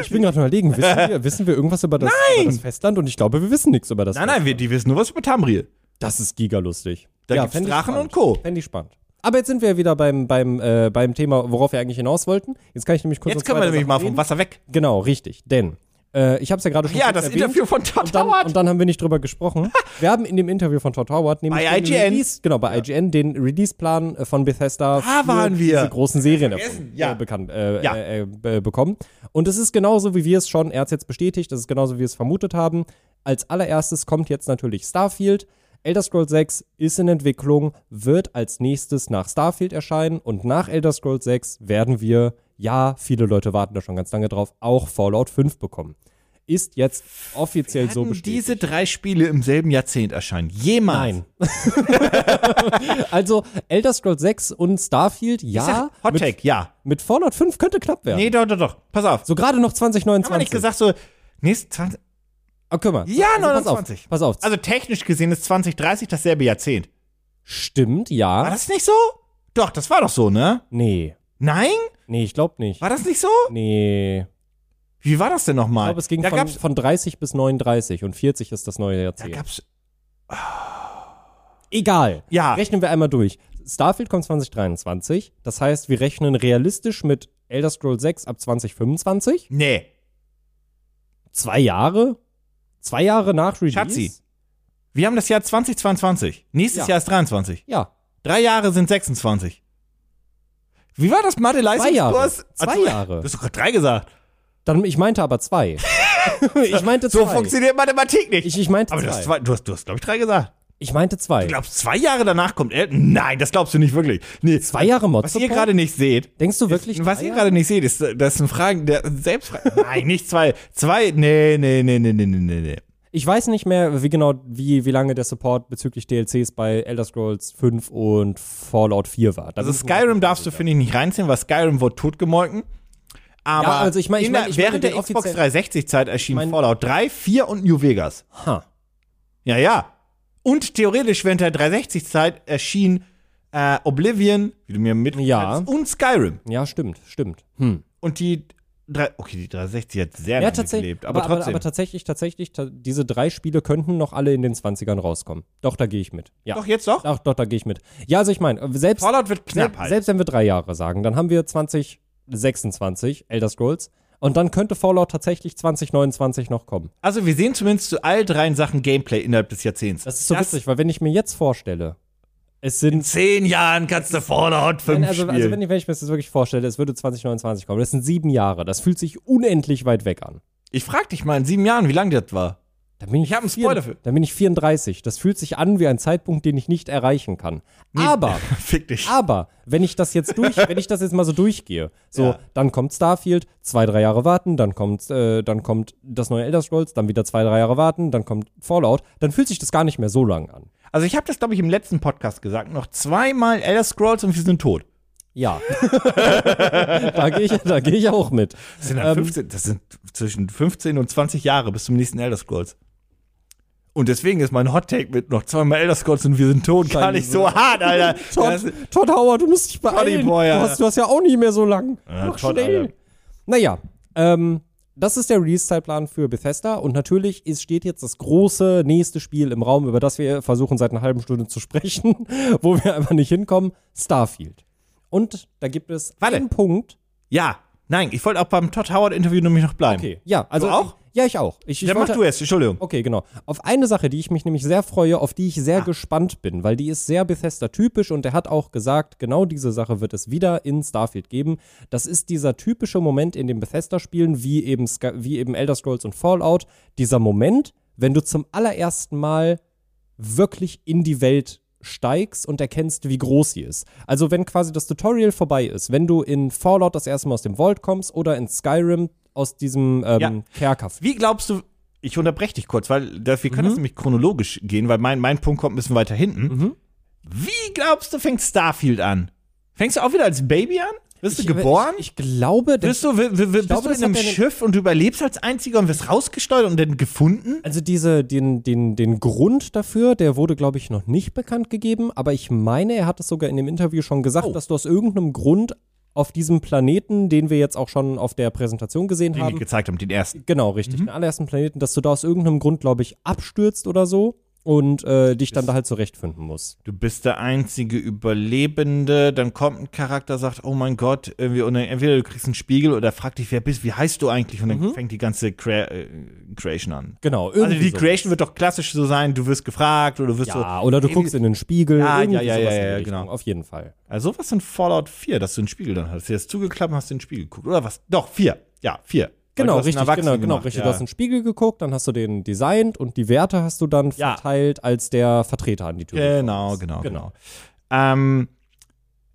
ich bin gerade überlegen, wissen wir, wissen wir irgendwas über das, über das Festland? Und ich glaube, wir wissen nichts über das
Nein, nein, wir, die wissen nur was über Tamriel.
Festland. Das ist gigalustig.
Da
ja,
gibt's
fänd ich
Drachen
spannend.
und Co.
Fände ich spannend. Aber jetzt sind wir ja wieder beim, beim, äh, beim Thema, worauf wir eigentlich hinaus wollten. Jetzt kann ich nämlich kurz
Jetzt
noch
können wir
zwei
nämlich
Sachen
mal vom
reden.
Wasser weg.
Genau, richtig. Denn äh, ich habe es ja gerade schon
Ja,
kurz
das
erwähnt.
Interview von Todd
und dann,
Howard.
und dann haben wir nicht drüber gesprochen. Wir haben in dem Interview von Todd Howard nämlich
Bei
den
IGN.
Release, genau, bei IGN den Release-Plan äh, von Bethesda für
waren wir.
diese großen Serien
Vergessen,
erfunden,
ja.
äh, bekannt äh,
Ja.
äh, äh, be- bekommen. Und es ist genauso, wie wir es schon, er hat es jetzt bestätigt, das ist genauso, wie wir es vermutet haben. Als allererstes kommt jetzt natürlich Starfield. Elder Scrolls 6 ist in Entwicklung, wird als nächstes nach Starfield erscheinen und nach Elder Scrolls 6 werden wir, ja, viele Leute warten da schon ganz lange drauf, auch Fallout 5 bekommen. Ist jetzt offiziell so
Hatten
bestätigt.
diese drei Spiele im selben Jahrzehnt erscheinen? Jemals?
Nein. also Elder Scrolls 6 und Starfield,
Ich sag,
ja.
Hot
mit,
Take, ja.
mit Fallout 5 könnte knapp werden.
Nee, doch, doch, doch. Pass auf.
So gerade noch
Haben wir nicht
2029.
gesagt, so. Nächste 20.
Ah, guck mal.
Ja,
Pass
29.
auf. Pass auf.
Also technisch gesehen ist 2030 dasselbe Jahrzehnt.
Stimmt,
War
ja.
das nicht so? Doch, das war doch so, ne?
Nee.
Nein?
Nee, ich glaube nicht.
War das nicht so?
Nee. Ich
Wie war das denn nochmal?
glaube, es ging
da
von,
gab's,
von 30 bis 39 und 40 ist das neue
Da
Jahrzehnt.
gab's.
Egal.
Ja.
Rechnen wir einmal durch. Starfield kommt 2023. Das heißt, wir rechnen realistisch mit Elder Scrolls 6 ab 2025.
Nee.
Zwei Jahre? Zwei Jahre nach Release?
Schatzi. Wir haben das Jahr 2022. Nächstes
Ja.
Jahr ist 23.
Ja.
Drei Jahre sind 26. Wie war das mathe
Zwei Jahre.
leistungskurs
Zwei
Ach so,
Jahre.
Du hast doch gerade drei gesagt.
Dann, ich meinte aber zwei. ich meinte
So
zwei.
funktioniert Mathematik nicht.
Ich, ich meinte
Aber du hast, zwei,
zwei.
du hast, du hast glaube ich, drei gesagt.
Ich meinte zwei.
Du glaubst, zwei Jahre danach kommt er? Nein, das glaubst du nicht wirklich. Nee.
Zwei Jahre Mod
Was ihr
Support?
gerade nicht seht,
Denkst du wirklich
was
drei
ihr gerade nicht seht, ist, das sind Fragen der Selbstfragen. Nein, nicht zwei. Zwei, nee, nee, nee, nee, nee, nee, nee, nee.
Ich weiß nicht mehr, wie genau, wie, wie lange der Support bezüglich DLCs bei Elder Scrolls 5 und Fallout 4 war. Da
Also
bin ich mir-
Skyrim darfst du, finde ich, nicht reinziehen, weil Skyrim wurde totgemolken. Aber
Ja, also ich meine- ich
in der-
meine- ich meine
während der
den
Xbox
offiziellen-
360-Zeit erschien
meine-
Fallout 3, 4 und New Vegas.
Ha.
Ja, ja. Und theoretisch während der 360-Zeit erschien äh, Oblivion, wie du mir mitteilst,
Ja.
und Skyrim.
Ja, stimmt, stimmt. Hm.
Und die drei, okay, die 360 hat sehr
Ja,
lange
tatsächlich.
gelebt, aber,
aber,
trotzdem.
tatsächlich, tatsächlich, ta diese drei Spiele könnten noch alle in den 20ern rauskommen. Doch, da gehe ich mit. Ja.
doch, jetzt doch.
Doch, doch, da gehe ich mit. Ja, also ich meine, selbst
Fallout wird
Sel-
knapp halt.
Selbst wenn wir drei Jahre sagen, dann haben wir 2026 Elder Scrolls und dann könnte Fallout tatsächlich 2029 noch kommen.
also wir sehen zumindest zu all dreien Sachen Gameplay innerhalb des Jahrzehnts.
Das ist so witzig, weil wenn ich mir jetzt vorstelle, es sind.
Zehn Jahren kannst du Fallout 5
Nein, also, also
spielen.
wenn, ich, wenn ich mir das jetzt wirklich vorstelle, es würde 2029 kommen. Das sind sieben Jahre. Das fühlt sich unendlich weit weg an.
ich frag dich mal in sieben Jahren, wie lang das war.
Dann bin ich,
Ich hab einen
vier-
Spoiler für-
Dann bin ich 34. Das fühlt sich an wie ein Zeitpunkt, den ich nicht erreichen kann. Aber
Fick dich.
aber wenn ich das jetzt durch, wenn ich das jetzt mal so durchgehe, so
Ja.
dann kommt Starfield, zwei drei Jahre warten, dann kommt, äh, dann kommt das neue Elder Scrolls, dann wieder zwei drei Jahre warten, dann kommt Fallout, dann fühlt sich das gar nicht mehr so lang an.
Also ich habe das, glaube ich, im letzten Podcast gesagt. Noch zweimal Elder Scrolls und wir sind tot.
Ja, da gehe ich, da gehe ich auch mit.
Das sind, dann 15, das sind zwischen 15 und 20 Jahre bis zum nächsten Elder Scrolls. Und deswegen ist mein Hot Take mit noch zweimal Elder Scrolls und wir sind tot gar nicht so hart, Alter. Das,
Todd, Todd Howard, du musst dich
Toddy
beeilen.
Boy,
du,
Alter.
hast, du hast ja auch nie mehr so lang.
Ja,
Mach
Todd,
schnell.
Alter.
Naja, ähm, das ist der Release-Zeitplan für Bethesda und natürlich ist, steht jetzt das große nächste Spiel im Raum, über das wir versuchen seit einer halben Stunde zu sprechen, wo wir einfach nicht hinkommen, Starfield. Und da gibt es
Warte.
einen Punkt.
ja, nein, ich wollte auch beim Todd Howard Interview nämlich noch bleiben.
Okay, ja, also
Du auch?
Ja, ich auch. Ich, ich
Dann mach
wollte-
du erst, Entschuldigung.
Okay, genau. Auf eine Sache, die ich mich nämlich sehr freue, auf die ich sehr gespannt bin, weil die ist sehr Bethesda-typisch und er hat auch gesagt, genau diese Sache wird es wieder in Starfield geben. Das ist dieser typische Moment in den Bethesda-Spielen, wie eben, Sky- wie eben Elder Scrolls und Fallout, dieser Moment, wenn du zum allerersten Mal wirklich in die Welt steigst und erkennst, wie groß sie ist. Also wenn quasi das Tutorial vorbei ist, wenn du in Fallout das erste Mal aus dem Vault kommst oder in Skyrim aus diesem ähm,
Ja.
Kerker
Wie glaubst du, ich unterbreche dich kurz, weil das, wir können
Mhm.
das nämlich chronologisch gehen, weil mein, mein Punkt kommt ein bisschen weiter hinten. Wie glaubst du, fängt Starfield an? Fängst du auch wieder als Baby an? Wirst du geboren?
Ich, ich glaube, der,
Bist du, w- w- bist
glaube,
du
das
in einem
hat ja den-
Schiff und du überlebst als Einziger und wirst rausgesteuert und dann gefunden?
also diese, den, den, den Grund dafür, der wurde, glaube ich, noch nicht bekannt gegeben, aber ich meine, er hat es sogar in dem Interview schon
Oh.
gesagt, dass du aus irgendeinem Grund auf diesem Planeten, den wir jetzt auch schon auf der Präsentation gesehen
Den Mhm. die
haben,
gezeigt haben, den ersten.
genau, richtig, den allerersten Planeten, dass du da aus irgendeinem Grund, glaube ich, abstürzt oder so und äh, dich dann da halt zurechtfinden musst.
Du bist der einzige Überlebende, dann kommt ein Charakter, sagt, oh mein Gott, irgendwie, und dann entweder du kriegst einen Spiegel oder fragt dich, wer bist, wie heißt du eigentlich? Und dann fängt die ganze Crea äh, Creation an.
Genau,
Also
Mhm. irgendwie
die
so.
Creation wird doch klassisch so sein, du wirst gefragt oder du wirst so.
Ja, oder du
irgendwie-
guckst in den Spiegel,
Ja, ja,
irgendwie
ja, ja,
sowas in die
ja,
Richtung,
genau.
auf jeden Fall.
Also was in Fallout 4, dass du den Spiegel dann hast. Du hast zugeklappt und hast den Spiegel geguckt. Oder was? Doch, 4. Ja, 4.
Genau, richtig, genau, genau,
gemacht,
richtig. Du
Ja.
hast in den Spiegel geguckt, dann hast du den designt und die Werte hast du dann
Ja.
verteilt als der Vertreter an die Tür. gekommen
Genau,
ist.
genau,
genau.
genau. Ähm,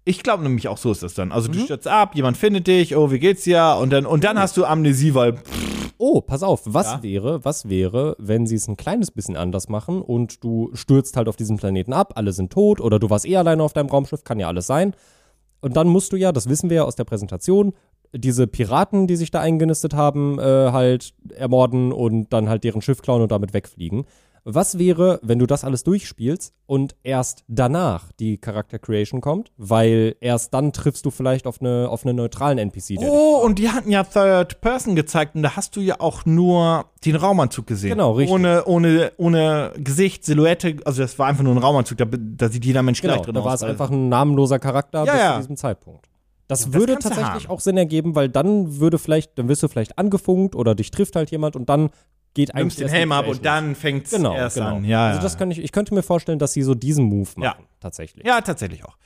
ich glaube nämlich auch so ist das dann. Also
Mhm.
du stürzt ab, jemand findet dich, oh, wie geht's dir? Und dann, und dann hast du Amnesie, weil pff,
Oh, pass auf, was
Ja.
wäre, was wäre, wenn sie es ein kleines bisschen anders machen und du stürzt halt auf diesen Planeten ab, alle sind tot oder du warst eh alleine auf deinem Raumschiff, kann ja alles sein. Und dann musst du ja, das wissen wir ja aus der Präsentation, diese Piraten, die sich da eingenistet haben, äh, halt ermorden und dann halt deren Schiff klauen und damit wegfliegen. Was wäre, wenn du das alles durchspielst und erst danach die Charakter Creation kommt, weil erst dann triffst du vielleicht auf, eine, auf einen neutralen NPC, der
oh, und die hatten ja Third Person gezeigt und da hast du ja auch nur den Raumanzug gesehen.
Genau, richtig.
Ohne, ohne, ohne Gesicht, Silhouette, also das war einfach nur ein Raumanzug, da, da sieht jeder Mensch
Genau,
gleich drin
da war
aus.
es einfach ein namenloser Charakter
Ja,
bis
ja.
zu diesem Zeitpunkt. Das
das
würde
kannst du
tatsächlich
haben.
auch Sinn ergeben, weil dann würde vielleicht, dann wirst du vielleicht angefunkt oder dich trifft halt jemand und dann geht
nimmst
eigentlich
den
erst die
Helm ab
Creation
und dann fängt's
los. genau,
erst
genau.
an. Ja,
also
ja.
das kann ich, ich könnte mir vorstellen, dass sie so diesen Move machen,
Ja.
tatsächlich.
ja, tatsächlich auch.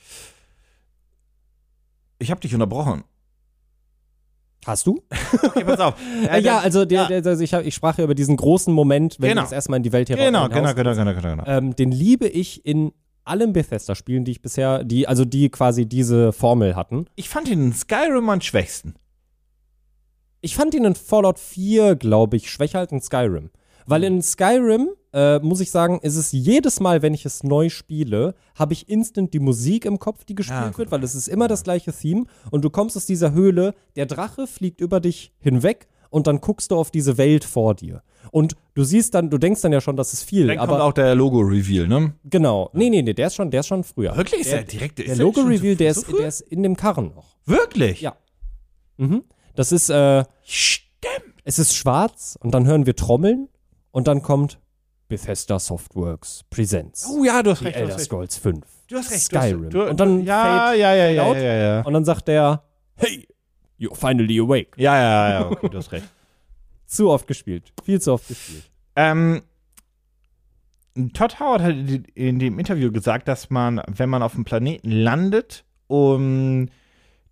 Ich habe dich unterbrochen.
Hast du?
Okay, pass auf.
Äh, ja, also der,
ja.
Der, also ich, hab- ich sprach ja über diesen großen Moment, wenn
Genau.
du das erstmal in die Welt hier
Genau,
raus-
genau, genau, genau, genau, genau.
Ähm, den liebe ich in allen Bethesda-Spielen, die ich bisher, die, also die quasi diese Formel hatten.
Ich fand ihn in Skyrim am schwächsten.
Ich fand ihn in Fallout 4, glaube ich, schwächer als in Skyrim. Weil
Hm.
in Skyrim, äh, muss ich sagen, ist es jedes Mal, wenn ich es neu spiele, habe ich instant die Musik im Kopf, die gespielt
Ja, Ah, gut.
wird, weil es ist immer das gleiche Theme und du kommst aus dieser Höhle, der Drache fliegt über dich hinweg und dann guckst du auf diese Welt vor dir. Und du siehst dann, du denkst dann ja schon, das ist viel,
Dann kommt
aber
auch der Logo-Reveal, ne?
genau. Nee, nee, nee, der ist schon, der ist schon früher.
Wirklich? Ist der, direkt
Der Logo-Reveal, der, ist, der ist in dem Karren noch.
Wirklich?
Ja. Mhm. Das ist, äh,
Stimmt.
Es ist schwarz und dann hören wir Trommeln und dann kommt Bethesda Softworks Presents.
Oh ja, du hast
die
recht. Du
Elder
hast recht.
Scrolls 5.
Du hast recht. du hast-
Skyrim.
Du,
und dann
ja,
fade
ja, ja,
fade
ja,
out.
ja, ja.
und dann sagt der Hey, you're finally awake.
Ja, ja, ja, okay, du hast recht.
Zu oft gespielt. Viel zu oft gespielt.
Ähm, Todd Howard hat in in dem Interview gesagt, dass man, wenn man auf dem Planeten landet, um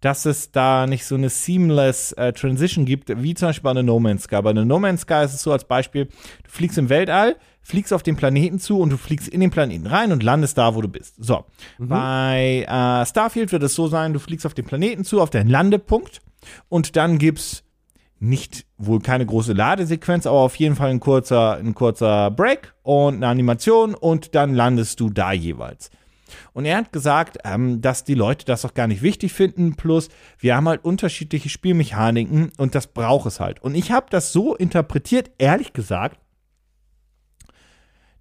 dass es da nicht so eine seamless äh, Transition gibt, wie zum Beispiel bei einer No Man's Sky. Bei einer No Man's Sky ist es so als Beispiel, du fliegst im Weltall, fliegst auf den Planeten zu und du fliegst in den Planeten rein und landest da, wo du bist. So. Bei äh, Starfield wird es so sein, du fliegst auf den Planeten zu, auf deinen Landepunkt und dann gibt's nicht wohl keine große Ladesequenz, aber auf jeden Fall ein kurzer, ein kurzer Break und eine Animation und dann landest du da jeweils. Und er hat gesagt, ähm, dass die Leute das auch gar nicht wichtig finden. Plus, wir haben halt unterschiedliche Spielmechaniken und das braucht es halt. Und ich habe das so interpretiert, ehrlich gesagt,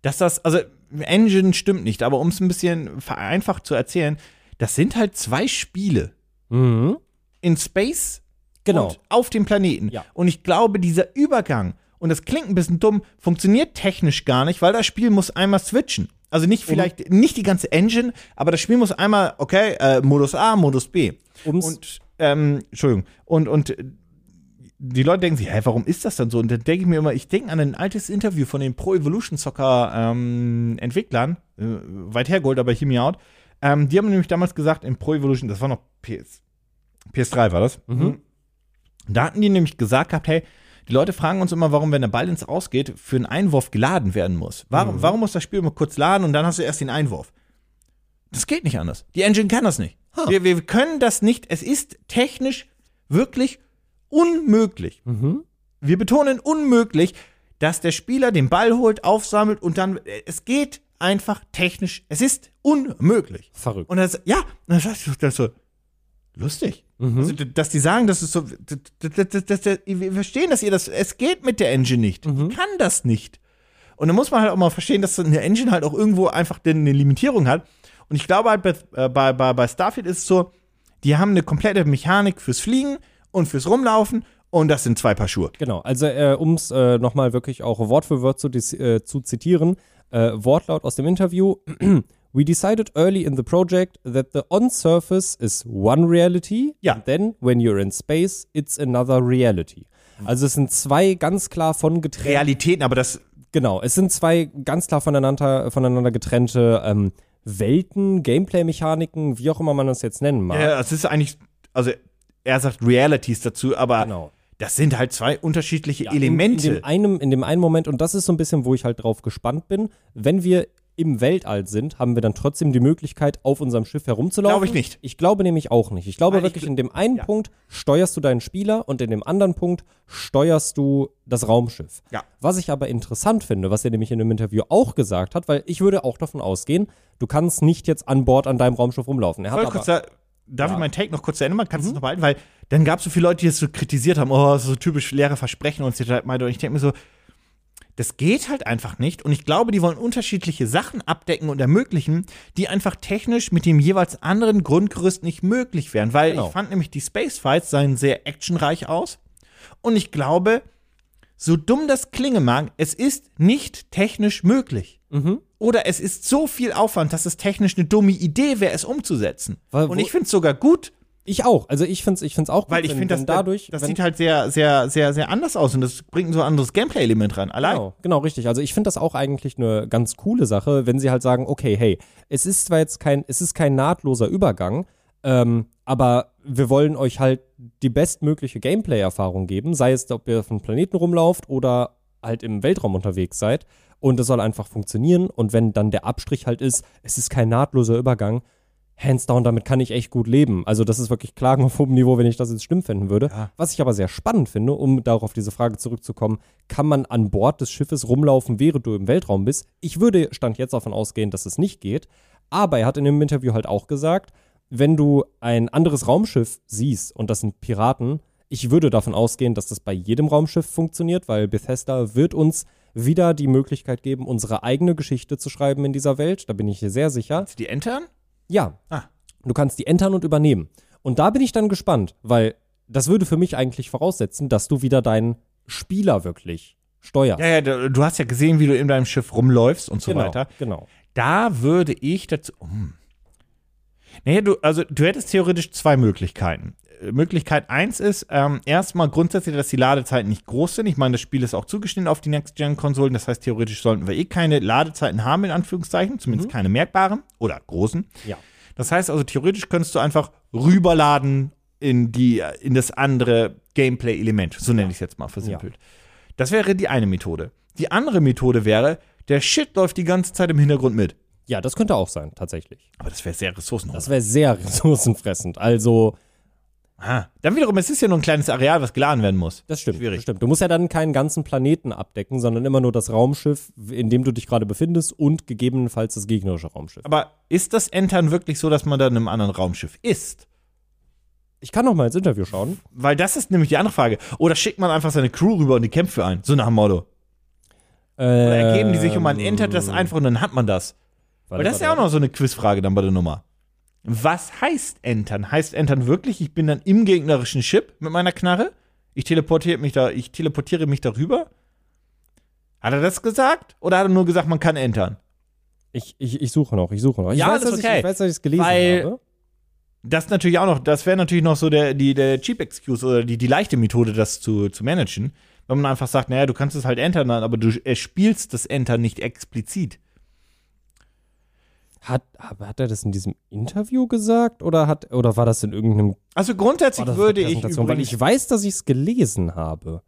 dass das, also Engine stimmt nicht, aber um es ein bisschen vereinfacht zu erzählen, das sind halt zwei Spiele.
Mhm.
In Space
Genau.
und auf dem Planeten.
Ja.
Und ich glaube, dieser Übergang, und das klingt ein bisschen dumm, funktioniert technisch gar nicht, weil das Spiel muss einmal switchen. Also nicht vielleicht, nicht die ganze Engine, aber das Spiel muss einmal, okay, äh, Modus A, Modus B.
Um's-
und, ähm, Entschuldigung. Und, und äh, die Leute denken sich, hä, warum ist das dann so? Und dann denke ich mir immer, ich denke an ein altes Interview von den Pro Evolution Soccer ähm, Entwicklern, äh, weit hergeholt, aber hear me out. Ähm, die haben nämlich damals gesagt, in Pro Evolution, das war noch PS, PS3 war das. Mhm. Da hatten die nämlich gesagt gehabt, hey, die Leute fragen uns immer, warum, wenn der Ball ins Ausgeht, für einen Einwurf geladen werden muss. Warum, warum muss das Spiel immer kurz laden und dann hast du erst den Einwurf? Das geht nicht anders. Die Engine kann das nicht. Wir, wir können das nicht. Es ist technisch wirklich unmöglich. Wir betonen unmöglich, dass der Spieler den Ball holt, aufsammelt und dann. äh, Es geht einfach technisch. Es ist unmöglich.
Verrückt.
Und das, ja, dann sagst du das so, lustig.
Mhm.
Also, d- dass die sagen, das ist so, d- d- d- d- das, das, wir verstehen, dass ihr das, es geht mit der Engine nicht.
Mhm.
Die kann das nicht. Und dann muss man halt auch mal verstehen, dass so eine Engine halt auch irgendwo einfach denn eine Limitierung hat. Und ich glaube halt, bei, äh, bei, bei, bei Starfield ist es so, die haben eine komplette Mechanik fürs Fliegen und fürs Rumlaufen und das sind zwei Paar Schuhe.
Genau, also äh, um es äh, nochmal wirklich auch Wort für Wort zu, dis- äh, zu zitieren, äh, Wortlaut aus dem Interview. We decided early in the project that the on-surface is one reality,
Ja.
and then when you're in space, it's another reality. Also es sind zwei ganz klar von getrennte,
Realitäten, aber das,
genau, es sind zwei ganz klar voneinander, voneinander getrennte ähm, Welten, Gameplay-Mechaniken, wie auch immer man das jetzt nennen mag.
äh, das ist eigentlich, also er sagt Realities dazu, aber
Genau.
das sind halt zwei unterschiedliche
In-
Elemente.
In, dem einem, in dem einen Moment, und das ist so ein bisschen, wo ich halt drauf gespannt bin, wenn wir im Weltall sind, haben wir dann trotzdem die Möglichkeit, auf unserem Schiff herumzulaufen?
Glaube ich nicht.
Ich glaube nämlich auch nicht. Ich glaube
Weil ich
wirklich,
gl-
in dem einen Punkt steuerst du deinen Spieler und in dem anderen Punkt steuerst du das Raumschiff.
Ja.
Was ich aber interessant finde, was er nämlich in dem Interview auch gesagt hat, weil ich würde auch davon ausgehen, du kannst nicht jetzt an Bord an deinem Raumschiff rumlaufen. Er hat
Soll ich
aber, Mhm.
kurz da, darf ich meinen Take noch kurz zu Ende machen? Kannst du es noch behalten? Weil dann gab es so viele Leute, die es so kritisiert haben, oh, so typisch leere Versprechen und so weiter. Und ich denke mir so, das geht halt einfach nicht. Und ich glaube, die wollen unterschiedliche Sachen abdecken und ermöglichen, die einfach technisch mit dem jeweils anderen Grundgerüst nicht möglich wären. Weil
Genau.
ich fand nämlich, die Space Fights sahen sehr actionreich aus. Und ich glaube, so dumm das klingen mag, es ist nicht technisch möglich.
Mhm.
Oder es ist so viel Aufwand, dass es technisch eine dumme Idee wäre, es umzusetzen.
Weil
und
wo-
ich finde es sogar gut,
ich auch. Also ich finde es ich find's auch gut,
weil ich
wenn-
finde,
wenn
das,
dadurch,
das
wenn,
sieht halt sehr, sehr, sehr, sehr anders aus und das bringt so ein anderes Gameplay-Element rein. Allein.
Genau, genau, richtig. Also ich finde das auch eigentlich eine ganz coole Sache, wenn sie halt sagen, okay, hey, es ist zwar jetzt kein, es ist kein nahtloser Übergang, ähm, aber wir wollen euch halt die bestmögliche Gameplay-Erfahrung geben, sei es, ob ihr auf dem Planeten rumlauft oder halt im Weltraum unterwegs seid. Und es soll einfach funktionieren. Und wenn dann der Abstrich halt ist, es ist kein nahtloser Übergang, hands down, damit kann ich echt gut leben. Also das ist wirklich Klagen auf hohem Niveau, wenn ich das jetzt schlimm finden würde. Was ich aber sehr spannend finde, um darauf diese Frage zurückzukommen, kann man an Bord des Schiffes rumlaufen, während du im Weltraum bist? Ich würde Stand jetzt davon ausgehen, dass es nicht geht. Aber er hat in dem Interview halt auch gesagt, wenn du ein anderes Raumschiff siehst und das sind Piraten, ich würde davon ausgehen, dass das bei jedem Raumschiff funktioniert, weil Bethesda wird uns wieder die Möglichkeit geben, unsere eigene Geschichte zu schreiben in dieser Welt. Da bin ich hier sehr sicher.
Die entern?
Ja.
Ah.
Du kannst die entern und übernehmen. Und da bin ich dann gespannt, weil das würde für mich eigentlich voraussetzen, dass du wieder deinen Spieler wirklich steuerst.
Ja, ja, du du hast ja gesehen, wie du in deinem Schiff rumläufst und so
genau,
weiter.
Genau.
Da würde ich dazu. Hm. Naja, du, also du hättest theoretisch zwei Möglichkeiten. Äh, Möglichkeit eins ist, ähm, erstmal grundsätzlich, dass die Ladezeiten nicht groß sind. Ich meine, das Spiel ist auch zugeschnitten auf die Next-Gen-Konsolen. Das heißt, theoretisch sollten wir eh keine Ladezeiten haben, in Anführungszeichen. Zumindest keine merkbaren oder großen.
Ja.
Das heißt also, theoretisch könntest du einfach rüberladen in, die, in das andere Gameplay-Element. So nenne ich es jetzt mal versimpelt. Das wäre die eine Methode. Die andere Methode wäre, der Shit läuft die ganze Zeit im Hintergrund mit.
Ja, das könnte auch sein, tatsächlich.
Aber das wäre sehr ressourcenreich.
Das wäre sehr ressourcenfressend. Also,
Ah, dann wiederum, es ist ja nur ein kleines Areal, was geladen werden muss.
das stimmt.
Schwierig.
Das stimmt. Du musst ja dann keinen ganzen Planeten abdecken, sondern immer nur das Raumschiff, in dem du dich gerade befindest und gegebenenfalls das gegnerische Raumschiff.
Aber ist das Entern wirklich so, dass man dann in einem anderen Raumschiff ist?
Ich kann noch mal ins Interview schauen.
Weil das ist nämlich die andere Frage. Oder schickt man einfach seine Crew rüber und die kämpft für einen? So nach dem Motto. Oder ergeben die sich und
Äh,
man entert das einfach und dann hat man das. Weil das ist ja auch noch so eine Quizfrage dann bei der Nummer. Was heißt entern? Heißt entern wirklich, ich bin dann im gegnerischen Ship mit meiner Knarre? Ich teleportiere mich da, ich teleportiere mich darüber? Hat er das gesagt? Oder hat er nur gesagt, man kann entern?
Ich, ich, ich suche noch, ich suche noch. Ich
Ja,
weiß,
das ist
dass ich,
okay.
ich weiß, dass ich es gelesen
Weil-
habe.
Das natürlich auch noch, das wäre natürlich noch so der, die, der Cheap Excuse oder die, die leichte Methode, das zu, zu managen. Wenn man einfach sagt, naja, du kannst es halt entern, aber du äh, spielst das Entern nicht explizit.
Hat, aber hat er das in diesem Interview gesagt oder hat oder war das in irgendeinem
Also
war
grundsätzlich
Oh, das
würde
eine
ich,
Präsentation? weil
übrigens-
ich weiß, dass ich es gelesen habe.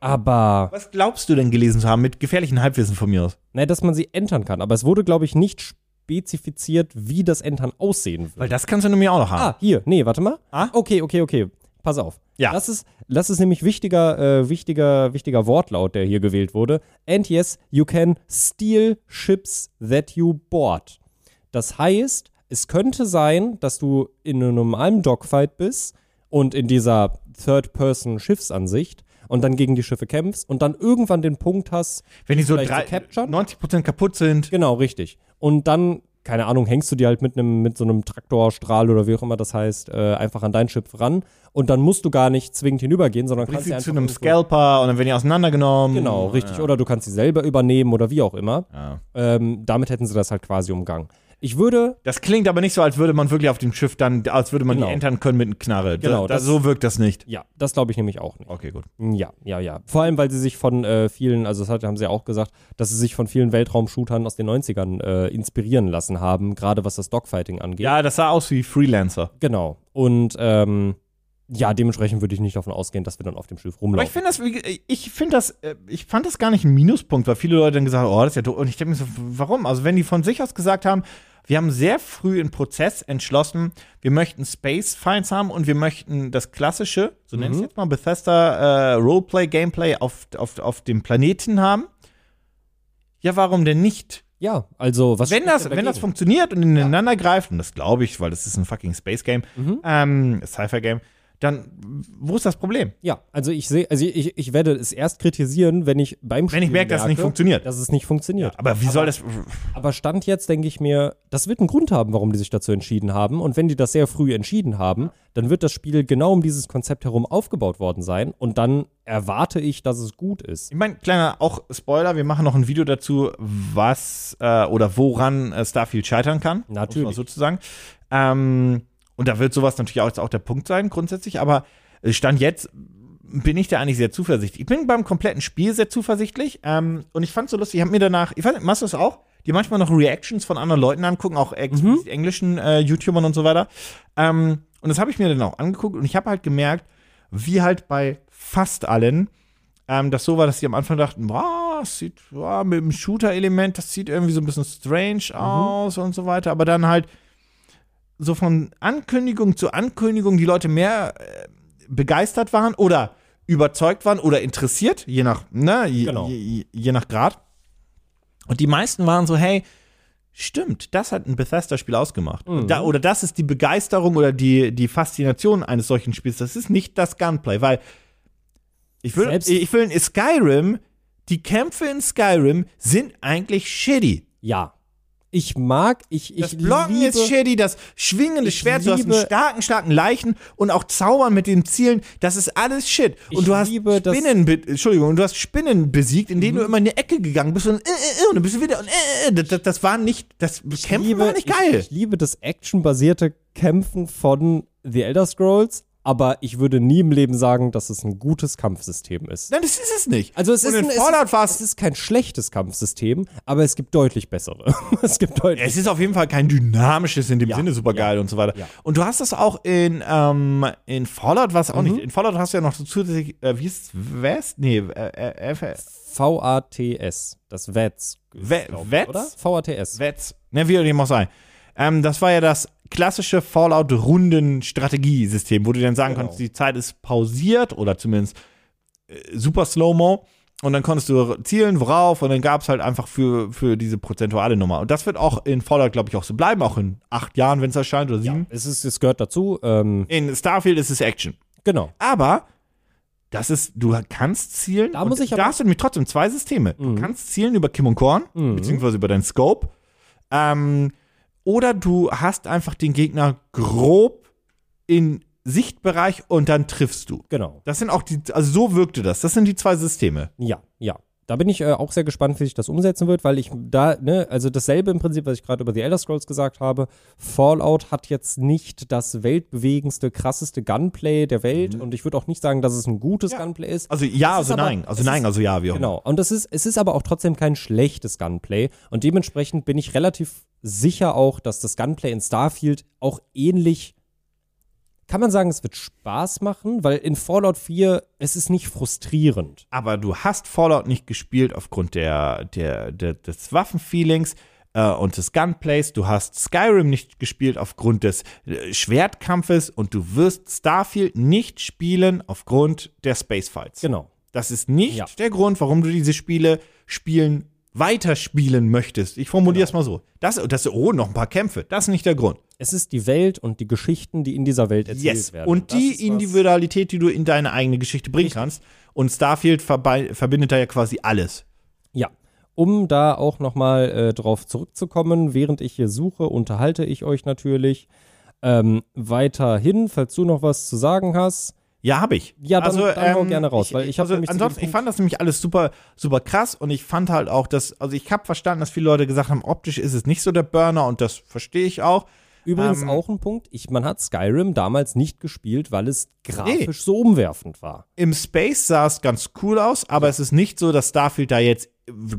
Aber
Was glaubst du denn gelesen zu haben mit gefährlichen Halbwissen von mir aus?
ne, dass man sie entern kann, aber es wurde glaube ich nicht spezifiziert, wie das Entern aussehen wird.
Weil das kannst du nämlich auch noch haben.
Ah, hier, nee, warte mal.
Ah?
Okay, okay, okay. Pass auf.
Ja.
Das ist, das ist nämlich wichtiger, äh, wichtiger, wichtiger Wortlaut, der hier gewählt wurde. And yes, you can steal ships that you board. Das heißt, es könnte sein, dass du in einem normalen Dogfight bist und in dieser Third-Person-Schiffsansicht und dann gegen die Schiffe kämpfst und dann irgendwann den Punkt hast,
Wenn die so
vielleicht
drei,
zu capturen?
90% kaputt sind.
Genau, richtig. Und dann, keine Ahnung, hängst du dir halt mit, einem, mit so einem Traktorstrahl oder wie auch immer das heißt, äh, einfach an dein Schiff ran. Und dann musst du gar nicht zwingend hinübergehen, sondern
Bringst
kannst
sie
ja einfach
zu einem
irgendwo-
Scalper und dann werden die auseinandergenommen.
Genau, richtig. Oder du kannst sie selber übernehmen oder wie auch immer.
Ja.
Ähm, damit hätten sie das halt quasi umgangen. Ich würde,
Das klingt aber nicht so, als würde man wirklich auf dem Schiff dann, als würde man
Genau.
die entern können mit einem Knarre.
Genau,
da, da,
das-
so wirkt das nicht.
ja, das glaube ich nämlich auch nicht.
Okay, gut.
Ja, ja, ja. Vor allem, weil sie sich von äh, vielen, also das hat, haben sie ja auch gesagt, dass sie sich von vielen Weltraum-Shootern aus den 90ern äh, inspirieren lassen haben, gerade was das Dogfighting angeht.
Ja, das sah aus wie Freelancer.
Genau. Und ähm, ja, dementsprechend würde ich nicht davon ausgehen, dass wir dann auf dem Schiff
Aber ich
rumlaufen.
finde das, wie- ich finde das, äh, ich fand das gar nicht ein Minuspunkt, weil viele Leute dann gesagt haben, oh, das ist ja doof. Und ich denke mir so, warum? Also wenn die von sich aus gesagt haben, wir haben sehr früh im Prozess entschlossen, wir möchten Space Finds haben und wir möchten das klassische, so nenne ich es jetzt mal, Bethesda äh, Roleplay, Gameplay auf, auf, auf dem Planeten haben. Ja, warum denn nicht?
Ja, also was
Wenn
spricht
das,
denn
wenn das
dagegen?
funktioniert und ineinander greift, und das glaube ich, weil das ist ein fucking Space Game, ähm, Sci-Fi Game, dann wo ist das Problem?
Ja, also ich sehe, also ich, ich werde es erst kritisieren, wenn ich beim
Wenn ich
Spiel
merke, dass es nicht funktioniert.
Dass es nicht funktioniert.
Aber wie soll das?
Aber Stand jetzt denke ich mir, das wird einen Grund haben, warum die sich dazu entschieden haben. Und wenn die das sehr früh entschieden haben, dann wird das Spiel genau um dieses Konzept herum aufgebaut worden sein. Und dann erwarte ich, dass es gut ist.
Ich meine, kleiner auch Spoiler, wir machen noch ein Video dazu, was äh, oder woran äh, Starfield scheitern kann. um es
Natürlich.
Mal sozusagen. Ähm, und da wird sowas natürlich auch, jetzt auch der Punkt sein, grundsätzlich, aber äh, Stand jetzt bin ich da eigentlich sehr zuversichtlich. Ich bin beim kompletten Spiel sehr zuversichtlich ähm, und ich fand's so lustig, ich habe mir danach, ich weiß nicht, machst du das auch? Die manchmal noch Reactions von anderen Leuten angucken, auch explizit englischen äh, YouTubern und so weiter. Ähm, und das habe ich mir dann auch angeguckt und ich habe halt gemerkt, wie halt bei fast allen, ähm, das so war, dass die am Anfang dachten, wow, das sieht wow, mit dem Shooter-Element, das sieht irgendwie so ein bisschen strange aus und so weiter, aber dann halt so von Ankündigung zu Ankündigung die Leute mehr äh, begeistert waren oder überzeugt waren oder interessiert, je nach, ne, je,
Genau.
je, je, je nach Grad. Und die meisten waren so, hey, stimmt, das hat ein Bethesda-Spiel ausgemacht.
Mhm.
Da, oder das ist die Begeisterung oder die, die Faszination eines solchen Spiels. Das ist nicht das Gunplay, weil ich will,
Selbst-
ich will in Skyrim, die Kämpfe in Skyrim sind eigentlich shitty.
Ja. Ich mag, ich, ich
Das Blocken
liebe,
ist shitty, das schwingende
Ich
Schwert, du hast einen
liebe-
starken, starken Leichen und auch Zaubern mit den Zielen, das ist alles shit.
Ich
Und du hast
liebe das- Mhm.
Spinnen, be- Entschuldigung, und du hast Spinnen besiegt, indem du immer in die Ecke gegangen bist und, äh, äh, äh, und dann bist du wieder und äh, äh, das- das, das war nicht, das Kämpfen war nicht
ich-
geil.
Ich, liebe das actionbasierte Kämpfen von The Elder Scrolls, aber ich würde nie im Leben sagen, dass es ein gutes Kampfsystem ist.
Nein, das ist es nicht.
Also es
Und
ist,
in
ein, es,
Fallout
ist,
war's-
es ist kein schlechtes Kampfsystem, aber es gibt deutlich bessere. es gibt deutlich.
Es ist auf jeden Fall kein dynamisches in dem Sinne super geil und so weiter.
ja.
Und du hast das auch in, ähm, in Fallout was auch
Mhm.
nicht. In Fallout hast du ja noch so zusätzlich, äh, wie ist West? Nee, äh, äh, FS.
VATS, das WATS.
We-
glaub,
Wets?
Oder? VATS.
Wets. Ne, wie dem auch sei. Ähm, das war ja das klassische Fallout-Runden-Strategiesystem, wo du dann sagen
Genau.
konntest, die Zeit ist pausiert oder zumindest äh, super Slow-Mo. Und dann konntest du zielen, worauf, und dann gab es halt einfach für, für diese prozentuale Nummer. Und das wird auch in Fallout, glaube ich, auch so bleiben, auch in acht Jahren, wenn es erscheint, oder sieben.
Es, ist, es gehört dazu. Ähm,
In Starfield ist es Action.
genau.
Aber das ist, du kannst zielen.
Da muss
und
ich aber- Mhm.
da hast du nämlich trotzdem zwei Systeme. Du kannst zielen über Kim und Korn, beziehungsweise über deinen Scope. Ähm, oder du hast einfach den Gegner grob in Sichtbereich und dann triffst du.
Genau.
Das sind auch die, also so wirkte das. Das sind die zwei Systeme.
Ja, ja. Da bin ich äh, auch sehr gespannt, wie sich das umsetzen wird, weil ich da, ne, also dasselbe im Prinzip, was ich gerade über die Elder Scrolls gesagt habe. Fallout hat jetzt nicht das weltbewegendste, krasseste Gunplay der Welt und ich würde auch nicht sagen, dass es ein gutes
Ja.
Gunplay ist.
Also ja,
Es ist
also
aber-
nein, also
es
nein,
ist-
also ja, wie auch immer.
Genau. Und das ist, es ist aber auch trotzdem kein schlechtes Gunplay. Und dementsprechend bin ich relativ sicher auch, dass das Gunplay in Starfield auch ähnlich. Kann man sagen, es wird Spaß machen, weil in Fallout 4 es ist nicht frustrierend.
aber du hast Fallout nicht gespielt aufgrund der, der, der, des Waffenfeelings äh, und des Gunplays. Du hast Skyrim nicht gespielt aufgrund des äh, Schwertkampfes und du wirst Starfield nicht spielen aufgrund der Spacefights.
Genau.
Das ist nicht
Ja.
der Grund, warum du diese Spiele spielen, weiterspielen möchtest. Ich formuliere
Genau.
es mal so. Das, das, oh, noch ein paar Kämpfe. Das ist nicht der Grund.
Es ist die Welt und die Geschichten, die in dieser Welt erzählt
Yes.
werden.
Und
Das
die
ist was-
Individualität, die du in deine eigene Geschichte bringen kannst. Und Starfield verbei- verbindet da ja quasi alles.
Ja. Um da auch nochmal äh, drauf zurückzukommen, während ich hier suche, unterhalte ich euch natürlich. Ähm, weiterhin, falls du noch was zu sagen hast.
Ja, habe ich.
Ja, dann- dann hau gerne raus, weil ich hab
also,
nämlich zu dem
ansonsten, ich
Punkt-
fand das nämlich alles super, super krass und ich fand halt auch, dass, also ich habe verstanden, dass viele Leute gesagt haben, optisch ist es nicht so der Burner und das verstehe ich auch.
Übrigens
Ähm,
auch ein Punkt, ich, man hat Skyrim damals nicht gespielt, weil es grafisch so umwerfend war.
Im Space sah es ganz cool aus, aber es ist nicht so, dass Starfield da jetzt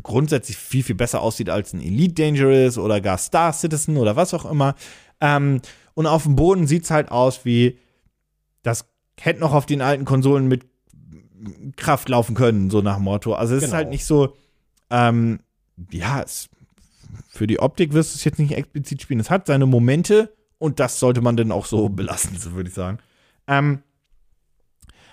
grundsätzlich viel, viel besser aussieht als ein Elite Dangerous oder gar Star Citizen oder was auch immer. Ähm, und auf dem Boden sieht es halt aus wie, das hätte noch auf den alten Konsolen mit Kraft laufen können, so nach dem Motto. Also es ist
Genau.
halt nicht so, ähm, ja, es, für die Optik wirst du es jetzt nicht explizit spielen. Es hat seine Momente und das sollte man dann auch so belassen, so würde ich sagen. Ähm,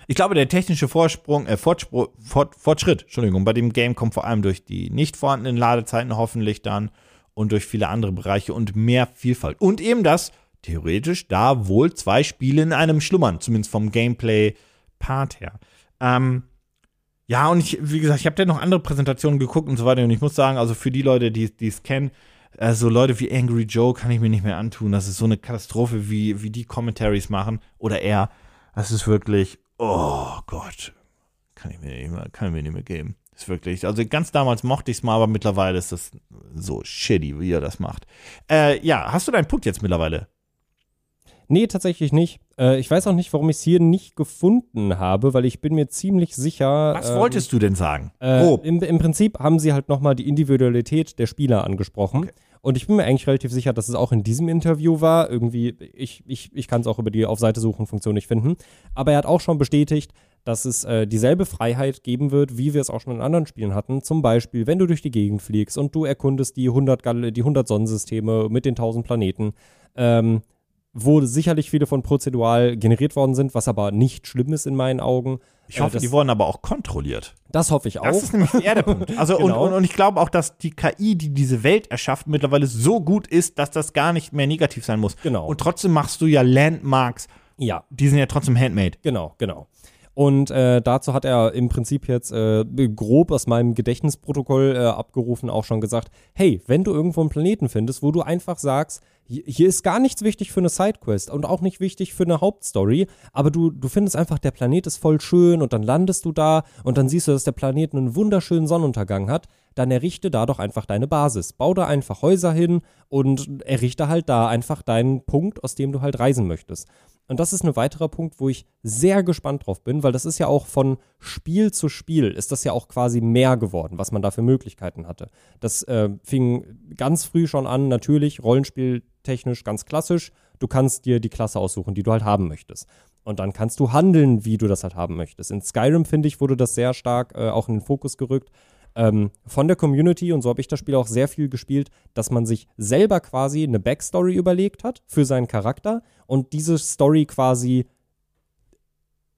ich glaube, der technische Vorsprung, äh, Fortspr Fort, Fortschritt, Entschuldigung, bei dem Game kommt vor allem durch die nicht vorhandenen Ladezeiten hoffentlich dann und durch viele andere Bereiche und mehr Vielfalt. Und eben das theoretisch da wohl zwei Spiele in einem schlummern, zumindest vom Gameplay-Part her. Ähm, ja, und ich, wie gesagt, ich habe dann noch andere Präsentationen geguckt und so weiter. Und ich muss sagen, also für die Leute, die die es kennen, äh, so Leute wie Angry Joe kann ich mir nicht mehr antun. Das ist so eine Katastrophe, wie, wie die Commentaries machen. Oder er. Das ist wirklich, oh Gott. Kann ich mir nicht mehr, kann ich mir nicht mehr geben. Ist wirklich, also ganz damals mochte ich es mal, aber mittlerweile ist das so shitty, wie er das macht. Äh, ja, hast du deinen Punkt jetzt mittlerweile?
Nee, tatsächlich nicht. Äh, ich weiß auch nicht, warum ich es hier nicht gefunden habe, weil ich bin mir ziemlich sicher.
Was
ähm,
wolltest du denn sagen?
Äh,
Grob.
im, Im Prinzip haben sie halt nochmal die Individualität der Spieler angesprochen.
Okay.
Und ich bin mir eigentlich relativ sicher, dass es auch in diesem Interview war. Irgendwie, ich, ich, ich kann es auch über die auf Seite suchen Funktion nicht finden. Aber er hat auch schon bestätigt, dass es äh, dieselbe Freiheit geben wird, wie wir es auch schon in anderen Spielen hatten. Zum Beispiel, wenn du durch die Gegend fliegst und du erkundest die 100, Gal die 100 Sonnensysteme mit den 1000 Planeten, ähm, wo sicherlich viele von prozedural generiert worden sind, was aber nicht schlimm ist in meinen Augen. Äh,
ich hoffe,
das,
die wurden aber auch kontrolliert.
das hoffe ich auch.
Das ist nämlich eher der Punkt. Also
Genau.
und, und, und ich glaube auch, dass die KI, die diese Welt erschafft, mittlerweile so gut ist, dass das gar nicht mehr negativ sein muss.
Genau.
Und trotzdem machst du ja Landmarks,
ja.
die sind ja trotzdem handmade.
Genau, genau. Und äh, dazu hat er im Prinzip jetzt äh, grob aus meinem Gedächtnisprotokoll äh, abgerufen auch schon gesagt, hey, wenn du irgendwo einen Planeten findest, wo du einfach sagst, hi- hier ist gar nichts wichtig für eine Sidequest und auch nicht wichtig für eine Hauptstory, aber du, du findest einfach, der Planet ist voll schön und dann landest du da und dann siehst du, dass der Planet einen wunderschönen Sonnenuntergang hat, dann errichte da doch einfach deine Basis. Bau da einfach Häuser hin und errichte halt da einfach deinen Punkt, aus dem du halt reisen möchtest. Und das ist ein weiterer Punkt, wo ich sehr gespannt drauf bin, weil das ist ja auch von Spiel zu Spiel ist das ja auch quasi mehr geworden, was man da für Möglichkeiten hatte. Das äh, fing ganz früh schon an, natürlich Rollenspieltechnisch ganz klassisch. Du kannst dir die Klasse aussuchen, die du halt haben möchtest. Und dann kannst du handeln, wie du das halt haben möchtest. In Skyrim, finde ich, wurde das sehr stark äh, auch in den Fokus gerückt. Ähm, von der Community, und so habe ich das Spiel auch sehr viel gespielt, dass man sich selber quasi eine Backstory überlegt hat für seinen Charakter und diese Story quasi.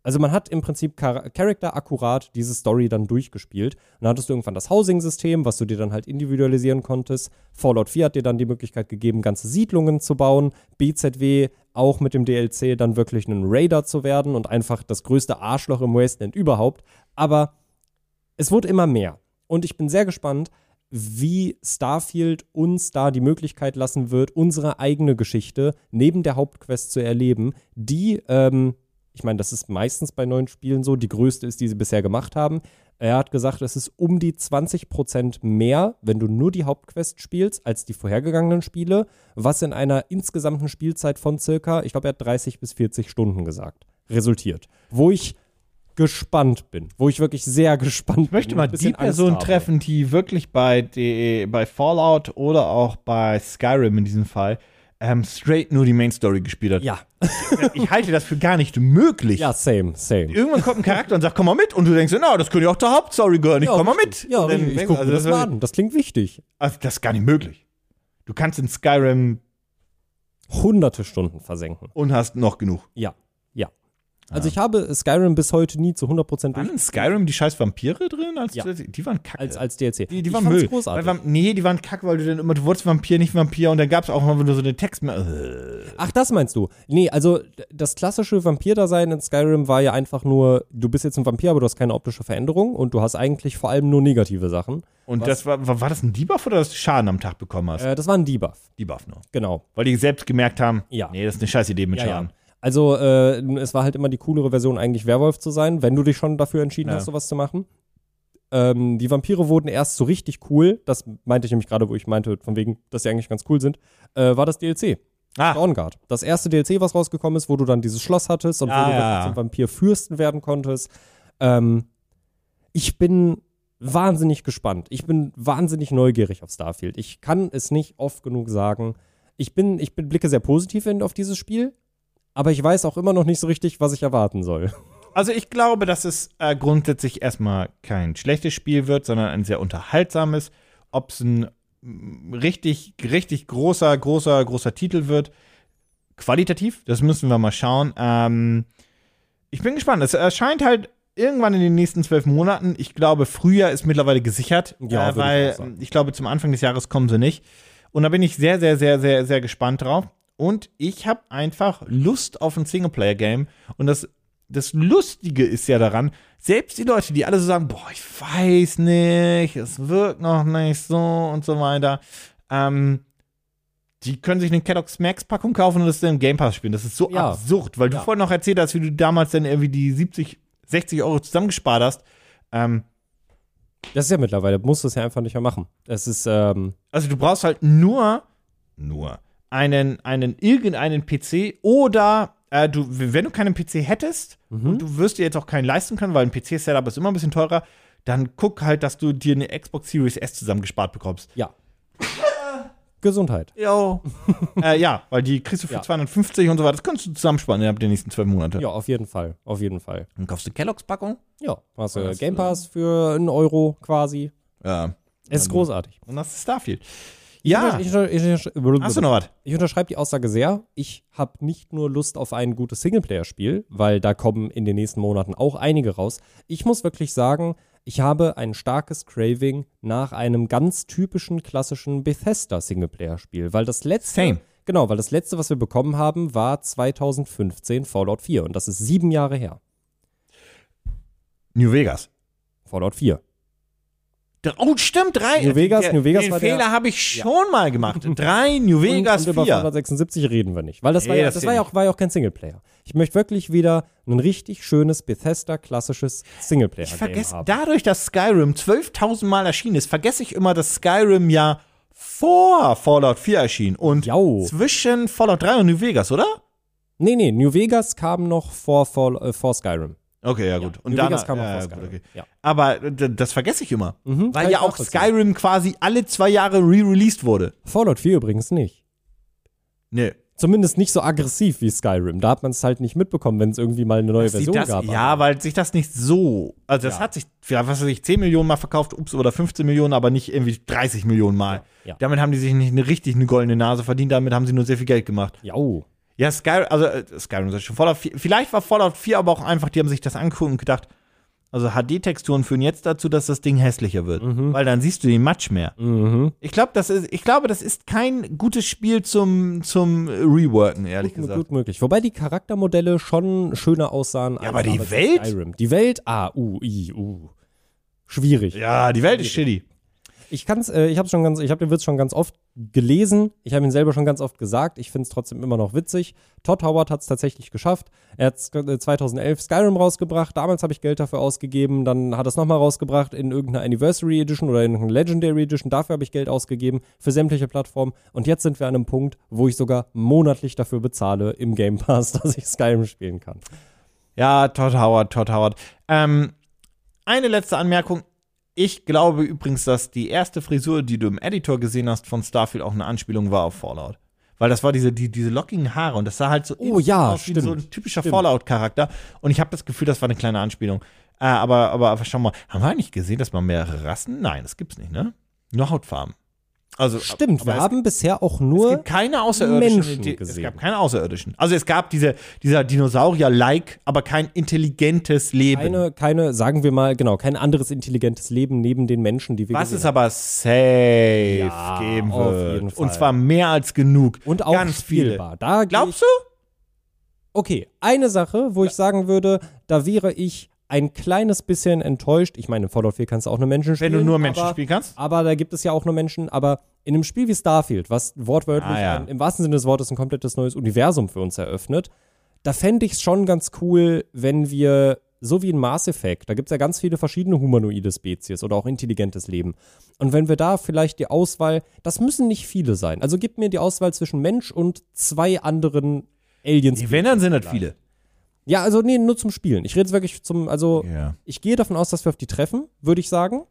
Also man hat im Prinzip Char Charakter akkurat diese Story dann durchgespielt. Und dann hattest du irgendwann das Housing-System, was du dir dann halt individualisieren konntest. Fallout 4 hat dir dann die Möglichkeit gegeben, ganze Siedlungen zu bauen. BZW auch mit dem DLC dann wirklich einen Raider zu werden und einfach das größte Arschloch im Wasteland überhaupt. Aber es wurde immer mehr. Und ich bin sehr gespannt, wie Starfield uns da die Möglichkeit lassen wird, unsere eigene Geschichte neben der Hauptquest zu erleben, die, ähm, ich meine, das ist meistens bei neuen Spielen so, die größte ist, die sie bisher gemacht haben. Er hat gesagt, es ist um die 20% mehr, wenn du nur die Hauptquest spielst, als die vorhergegangenen Spiele, was in einer insgesamten Spielzeit von circa, ich glaube, er hat 30 bis 40 Stunden gesagt, resultiert. Wo ich gespannt bin, wo ich wirklich sehr gespannt
Ich möchte
bin.
mal
ein bisschen
die
Angst
Person
habe.
treffen, die wirklich bei, de, bei Fallout oder auch bei Skyrim in diesem Fall ähm, straight nur die Main Story gespielt hat.
Ja,
Ich halte das für gar nicht möglich.
ja, same, same.
Irgendwann kommt ein Charakter und sagt, komm mal mit. Und du denkst, dir, na, das könnte ja auch zur Hauptstory gehören. Ich komm mal mit.
Ja,
Und dann
richtig. ich
denkst du,
gucke mir das
das,
mal an. Das klingt wichtig.
also das ist gar nicht möglich. Du kannst in Skyrim
Hunderte Stunden versenken.
und hast noch genug.
Ja, ja. Also ich habe Skyrim bis heute nie zu 100%
Waren
durch
in Skyrim die scheiß Vampire drin? Als
Ja.
Die waren kacke.
als, als DLC.
die, die
Ich
waren
fand's
Müll.
großartig.
Weil, Vamp- nee, die waren kacke, weil du dann immer, du wurdest Vampir, nicht Vampir. Und dann gab es auch mal wieder so den Text. Äh.
Ach, das meinst du? Nee, also d- das klassische Vampir-Dasein in Skyrim war ja einfach nur, du bist jetzt ein Vampir, aber du hast keine optische Veränderung und du hast eigentlich vor allem nur negative Sachen.
Und das war, war, war das ein Debuff oder dass du Schaden am Tag bekommen hast?
Äh, das war ein Debuff,
Debuff nur.
genau.
Weil die selbst gemerkt haben,
Ja.
nee, das ist eine scheiß Idee mit
Ja, ja.
Schaden.
Also äh, es war halt immer die coolere Version, eigentlich Werwolf zu sein, wenn du dich schon dafür entschieden
Ja.
hast, sowas zu machen. Ähm, die Vampire wurden erst so richtig cool, das meinte ich nämlich gerade, wo ich meinte, von wegen, dass die eigentlich ganz cool sind, äh, war das DLC.
Ah.
Dawnguard. Das erste DLC, was rausgekommen ist, wo du dann dieses Schloss hattest und
Ja,
wo du
Ah, ja,
wirklich
ja.
zum Vampirfürsten werden konntest. Ähm, ich bin wahnsinnig gespannt. Ich bin wahnsinnig neugierig auf Starfield. Ich kann es nicht oft genug sagen. Ich bin, ich bin, blicke sehr positiv in, auf dieses Spiel, aber ich weiß auch immer noch nicht so richtig, was ich erwarten soll.
Also ich glaube, dass es äh, grundsätzlich erstmal kein schlechtes Spiel wird, sondern ein sehr unterhaltsames. Ob es ein mm, richtig, richtig großer, großer, großer Titel wird, qualitativ, das müssen wir mal schauen. Ähm, ich bin gespannt. Es erscheint halt irgendwann in den nächsten zwölf Monaten. Ich glaube, Frühjahr ist mittlerweile gesichert,
Ja,
äh,
würde ich
weil
auch sagen.
ich glaube, zum Anfang des Jahres kommen sie nicht. Und da bin ich sehr, sehr, sehr, sehr, sehr gespannt drauf. Und ich habe einfach Lust auf ein Singleplayer-Game. Und das, das Lustige ist ja daran, selbst die Leute, die alle so sagen, boah, ich weiß nicht, es wirkt noch nicht so und so weiter, ähm, die können sich eine Kellogg's Max-Packung kaufen und das dann im Game Pass spielen. Das ist so
Ja.
absurd, weil
Ja.
du vorhin noch erzählt hast, wie du damals dann irgendwie die 70, 60 Euro zusammengespart hast. Ähm,
Das ist ja mittlerweile, musst du es ja einfach nicht mehr machen. Es ist, ähm,
Also du brauchst halt nur, nur einen, einen irgendeinen PC oder äh, du, wenn du keinen PC hättest
Mhm.
und du wirst dir jetzt auch keinen leisten können, weil ein PC-Setup ist immer ein bisschen teurer, dann guck halt, dass du dir eine Xbox Series S zusammengespart bekommst.
ja. Gesundheit.
Jo. äh, ja, weil die kriegst du für
Ja.
250 und so weiter. Das kannst du zusammensparen innerhalb der nächsten zwölf Monate.
Ja, auf jeden Fall. Auf jeden Fall.
Dann kaufst du Kelloggs Packung.
Ja, hast
Ja,
du
das-
Game Pass für einen Euro quasi.
Ja.
Es ist großartig.
Und das ist Starfield. Ja.
Ich, also ich, ich, ich,
Hast du noch was?
ich unterschreibe die Aussage sehr. Ich habe nicht nur Lust auf ein gutes Singleplayer-Spiel, weil da kommen in den nächsten Monaten auch einige raus. Ich muss wirklich sagen, ich habe ein starkes Craving nach einem ganz typischen klassischen Bethesda-Singleplayer-Spiel, weil das letzte.
Same.
Genau, weil das letzte, was wir bekommen haben, war 2015 Fallout 4 und das ist sieben Jahre her.
New Vegas.
Fallout 4.
Dr- Oh, stimmt, drei.
New Vegas,
der,
New Vegas
den
war der-
Fehler habe ich schon mal gemacht. Drei, New Vegas,
und, und über
vier.
276 reden wir nicht, weil das war
Nee,
ja,
das
das
geht
war ja
nicht.
auch, war ja auch kein Singleplayer. Ich möchte wirklich wieder ein richtig schönes Bethesda klassisches Singleplayer
Ich
Game
vergesse,
haben.
dadurch, dass Skyrim 12.000 Mal erschienen ist, vergesse ich immer, dass Skyrim ja vor Fallout 4 erschien und
Jau.
zwischen Fallout 3 und New Vegas, oder?
Nee, nee, New Vegas kam noch vor, vor, äh, vor Skyrim.
Okay, ja gut.
New
Und danach,
Vegas kam
ja,
auch vor
ja,
Skyrim.
gut, okay.
Ja. Mhm,
Aber d- das vergesse ich immer.
kann
Weil ja
ich
auch
nachvollziehen.
Skyrim quasi alle zwei Jahre re-released wurde.
Fallout 4 übrigens nicht.
Nee.
Zumindest nicht so aggressiv wie Skyrim. Da hat man es halt nicht mitbekommen, wenn es irgendwie mal eine neue
Dass die
Version
das,
gab.
ja, weil sich das nicht so. Also, das
Ja.
hat sich, ja, was weiß ich, 10 Millionen Mal verkauft, ups, oder 15 Millionen, aber nicht irgendwie 30 Millionen Mal.
Ja.
Damit haben die sich nicht eine, richtig eine goldene Nase verdient, damit haben sie nur sehr viel Geld gemacht.
Jau.
Ja, Skyrim, also äh, Skyrim ist schon Fallout 4. Vielleicht war Fallout 4 aber auch einfach, die haben sich das angeguckt und gedacht, also HD-Texturen führen jetzt dazu, dass das Ding hässlicher wird, weil dann siehst du den Matsch mehr.
Mhm.
Ich glaube, das ist, ich glaube, das ist kein gutes Spiel zum, zum Reworken, ehrlich
Gut,
gesagt.
gut möglich. Wobei die Charaktermodelle schon schöner aussahen als
aber die
damals in
Welt?
Skyrim. Die Welt, ah, uh, i, uh. Schwierig.
Ja, die Welt ist shitty.
Ich kann's, äh, ich habe schon ganz, ich habe den Witz schon ganz oft gelesen. Ich habe ihn selber schon ganz oft gesagt. Ich finde es trotzdem immer noch witzig. Todd Howard hat es tatsächlich geschafft. Er hat 2011 Skyrim rausgebracht. Damals habe ich Geld dafür ausgegeben. Dann hat er es nochmal rausgebracht in irgendeiner Anniversary Edition oder in irgendeiner Legendary Edition. Dafür habe ich Geld ausgegeben für sämtliche Plattformen. Und jetzt sind wir an einem Punkt, wo ich sogar monatlich dafür bezahle im Game Pass, dass ich Skyrim spielen kann.
Ja, Todd Howard, Todd Howard. Ähm, eine letzte Anmerkung. Ich glaube übrigens, dass die erste Frisur, die du im Editor gesehen hast von Starfield, auch eine Anspielung war auf Fallout. Weil das war diese, die, diese lockigen Haare und das sah halt so
Oh ja,
aus wie so
stimmt.
ein typischer Fallout-Charakter. Und ich habe das Gefühl, das war eine kleine Anspielung. Äh, aber, aber, aber schau mal, haben wir eigentlich gesehen, dass man mehrere Rassen? Nein, das gibt's nicht, ne? Nur Hautfarben. Also,
Stimmt,
aber
wir
es
haben bisher auch
es
nur
gibt keine außerirdischen.
Menschen
die,
gesehen.
Es gab keine außerirdischen. Also es gab diese, dieser Dinosaurier-like, aber kein intelligentes Leben.
keine, keine, sagen wir mal, genau, kein anderes intelligentes Leben neben den Menschen, die wir
was
gesehen
es aber safe
Ja,
geben
auf
wird.
jeden
Und
Fall.
zwar mehr als genug.
Und auch
Ganz
spielbar. Da
Viele. Glaubst du?
du? Okay, eine Sache, wo ich sagen würde, da wäre ich ein kleines bisschen enttäuscht. Ich meine, in Fallout 4 kannst du auch nur Menschen
Wenn
spielen.
du nur Menschen
aber,
spielen kannst?
Aber da gibt es ja auch nur Menschen. Aber in einem Spiel wie Starfield, was wortwörtlich
Ah, ja.
ein, im wahrsten Sinne des Wortes ein komplettes neues Universum für uns eröffnet, da fände ich es schon ganz cool, wenn wir, so wie in Mass Effect, da gibt es ja ganz viele verschiedene humanoide Spezies oder auch intelligentes Leben. Und wenn wir da vielleicht die Auswahl, das müssen nicht viele sein. Also gib mir die Auswahl zwischen Mensch und zwei anderen Aliens.
Wenn, dann sind das viele.
Ja, also nee, nur zum Spielen. Ich rede jetzt wirklich zum, also
Ja.
ich gehe davon aus, dass wir auf die treffen, würde ich sagen.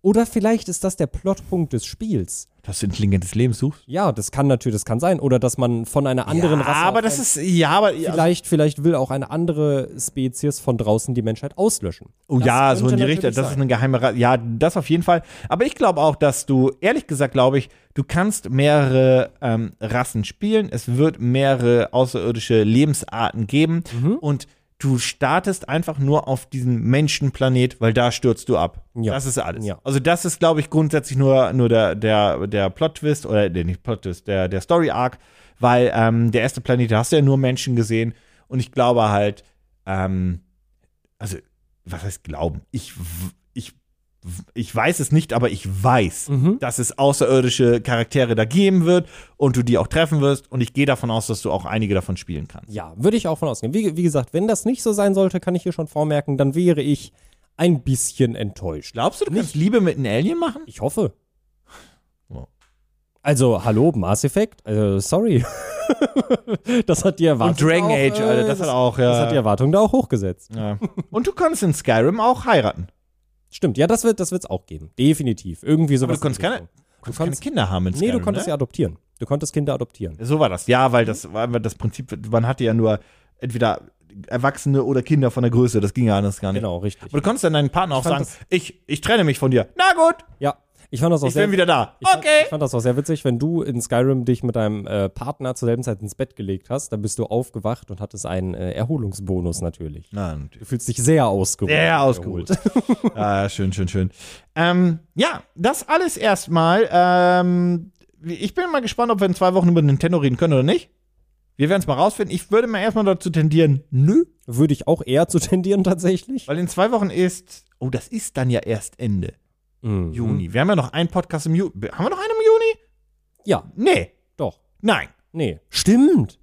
Oder vielleicht ist das der Plotpunkt des Spiels.
Dass du intelligentes Leben suchst?
Ja, das kann natürlich, das kann sein. Oder dass man von einer anderen
ja,
Rasse.
aber
auf
das
ein-
ist, ja, aber, ja,
Vielleicht, vielleicht will auch eine andere Spezies von draußen die Menschheit auslöschen.
Oh
Das
ja, so
könnte
in die
natürlich
Richtung. Das ist
sein.
eine geheime Ra Ja, das auf jeden Fall. Aber ich glaube auch, dass du, ehrlich gesagt, glaube ich, du kannst mehrere ähm, Rassen spielen. Es wird mehrere außerirdische Lebensarten geben.
Mhm.
Und du startest einfach nur auf diesem Menschenplanet, weil da stürzt du ab.
Ja.
Das ist alles.
Ja.
Also das ist, glaube ich, grundsätzlich nur, nur der, der, der Plot-Twist, oder der nicht Plot-Twist, der, der Story-Arc, weil ähm, der erste Planet, da hast du ja nur Menschen gesehen. Und ich glaube halt, ähm, also, was heißt glauben? Ich, w- ich, w- ich weiß es nicht, aber ich weiß, dass es außerirdische Charaktere da geben wird und du die auch treffen wirst. Und ich gehe davon aus, dass du auch einige davon spielen kannst.
Ja, würde ich auch von ausgehen. Wie, wie gesagt, wenn das nicht so sein sollte, kann ich hier schon vormerken, dann wäre ich ein bisschen enttäuscht.
Glaubst du, du kannst Liebe mit einem Alien machen?
Ich hoffe.
Wow.
Also, hallo, Mass Effect? Äh, sorry. das hat die Erwartung.
Und Dragon
auch,
Age,
äh,
Alter, das, hat auch, ja.
Das hat die Erwartung da auch hochgesetzt.
ja. Und du kannst in Skyrim auch heiraten.
Stimmt, ja, das wird es auch geben. Definitiv. Irgendwie sowas.
Aber du konntest
in die
keine,
Richtung.
konntest
kannst-
keine Kinder haben ne? in Skyrim,
Nee, du konntest ja adoptieren. Du konntest Kinder adoptieren.
ja. So war das. Ja, weil das war einfach das Prinzip, man hatte ja nur entweder Erwachsene oder Kinder von der Größe, das ging ja anders gar nicht.
Genau, richtig.
Aber du konntest dann deinen Partner auch
fand
sagen,
das-
ich, ich trenne mich von dir. Na gut,
Ja, ich fand das auch
ich
sehr.
bin wieder da.
ich fand,
okay.
Ich fand das auch sehr witzig, wenn du in Skyrim dich mit deinem äh, Partner zur selben Zeit ins Bett gelegt hast, dann bist du aufgewacht und hattest einen äh, Erholungsbonus natürlich.
Nein,
Du fühlst dich sehr ausgeruht.
sehr ausgeholt. ah, schön, schön, schön. Ähm, ja, das alles erstmal. Ähm, ich bin mal gespannt, ob wir in zwei Wochen über Nintendo reden können oder nicht. Wir werden es mal rausfinden. Ich würde mal erstmal dazu tendieren, nö,
Würde ich auch eher zu tendieren tatsächlich.
weil in zwei Wochen ist, oh, das ist dann ja erst Ende
Mhm.
Juni. Wir haben ja noch einen Podcast im Juni. Haben wir noch einen im
Ja,
Juni? Nee,
doch.
nein.
Nee. Stimmt.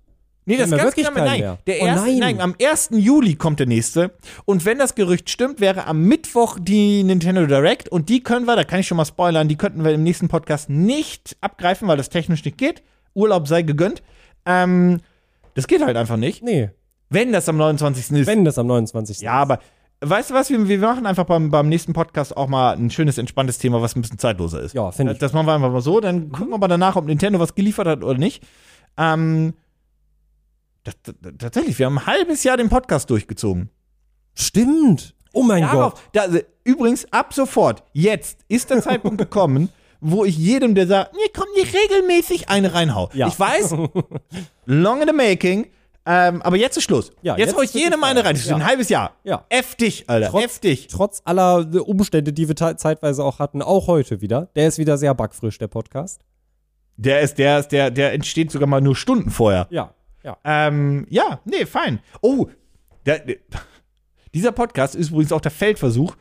Nee, das
Haben wir
ist ganz
wirklich
knapp.
keinen
Nein,
mehr?
der
Oh,
erste,
nein.
nein. am 1. Juli kommt der nächste. Und wenn das Gerücht stimmt, wäre am Mittwoch die Nintendo Direct. Und die können wir, da kann ich schon mal spoilern, die könnten wir im nächsten Podcast nicht abgreifen, weil das technisch nicht geht. Urlaub sei gegönnt. Ähm, Das geht halt einfach nicht.
Nee,
Wenn das am 29. ist.
wenn das am 29.
Ja, aber weißt du was? Wir, wir machen einfach beim, beim nächsten Podcast auch mal ein schönes, entspanntes Thema, was ein bisschen zeitloser ist. Äh,
Ja, finde ich.
Das machen wir einfach mal so. Dann gucken wir mal danach, ob Nintendo was geliefert hat oder nicht. Ähm, das, das, tatsächlich, wir haben ein halbes Jahr den Podcast durchgezogen.
Stimmt. Oh mein Gott.
Darauf, da, also, übrigens, ab sofort, jetzt ist der Zeitpunkt gekommen, wo ich jedem, der sagt, nee, komm nicht regelmäßig eine reinhau.
Ja.
Ich weiß, long in the making, ähm, aber jetzt ist Schluss.
Ja,
jetzt
jetzt
hau ich
ist wirklich
jedem eine
Feierabend.
rein. Das ist ein
Ja.
halbes Jahr.
Ja.
F dich, Alter.
Trotz-
F dich.
Trotz aller Umstände, die wir te- zeitweise auch hatten, auch heute wieder. Der ist wieder sehr backfrisch, der Podcast.
Der ist, der ist, der, der entsteht sogar mal nur Stunden vorher.
Ja, ja.
Ähm, ja, nee, fein. Oh, der, der, dieser Podcast ist übrigens auch der Feldversuch,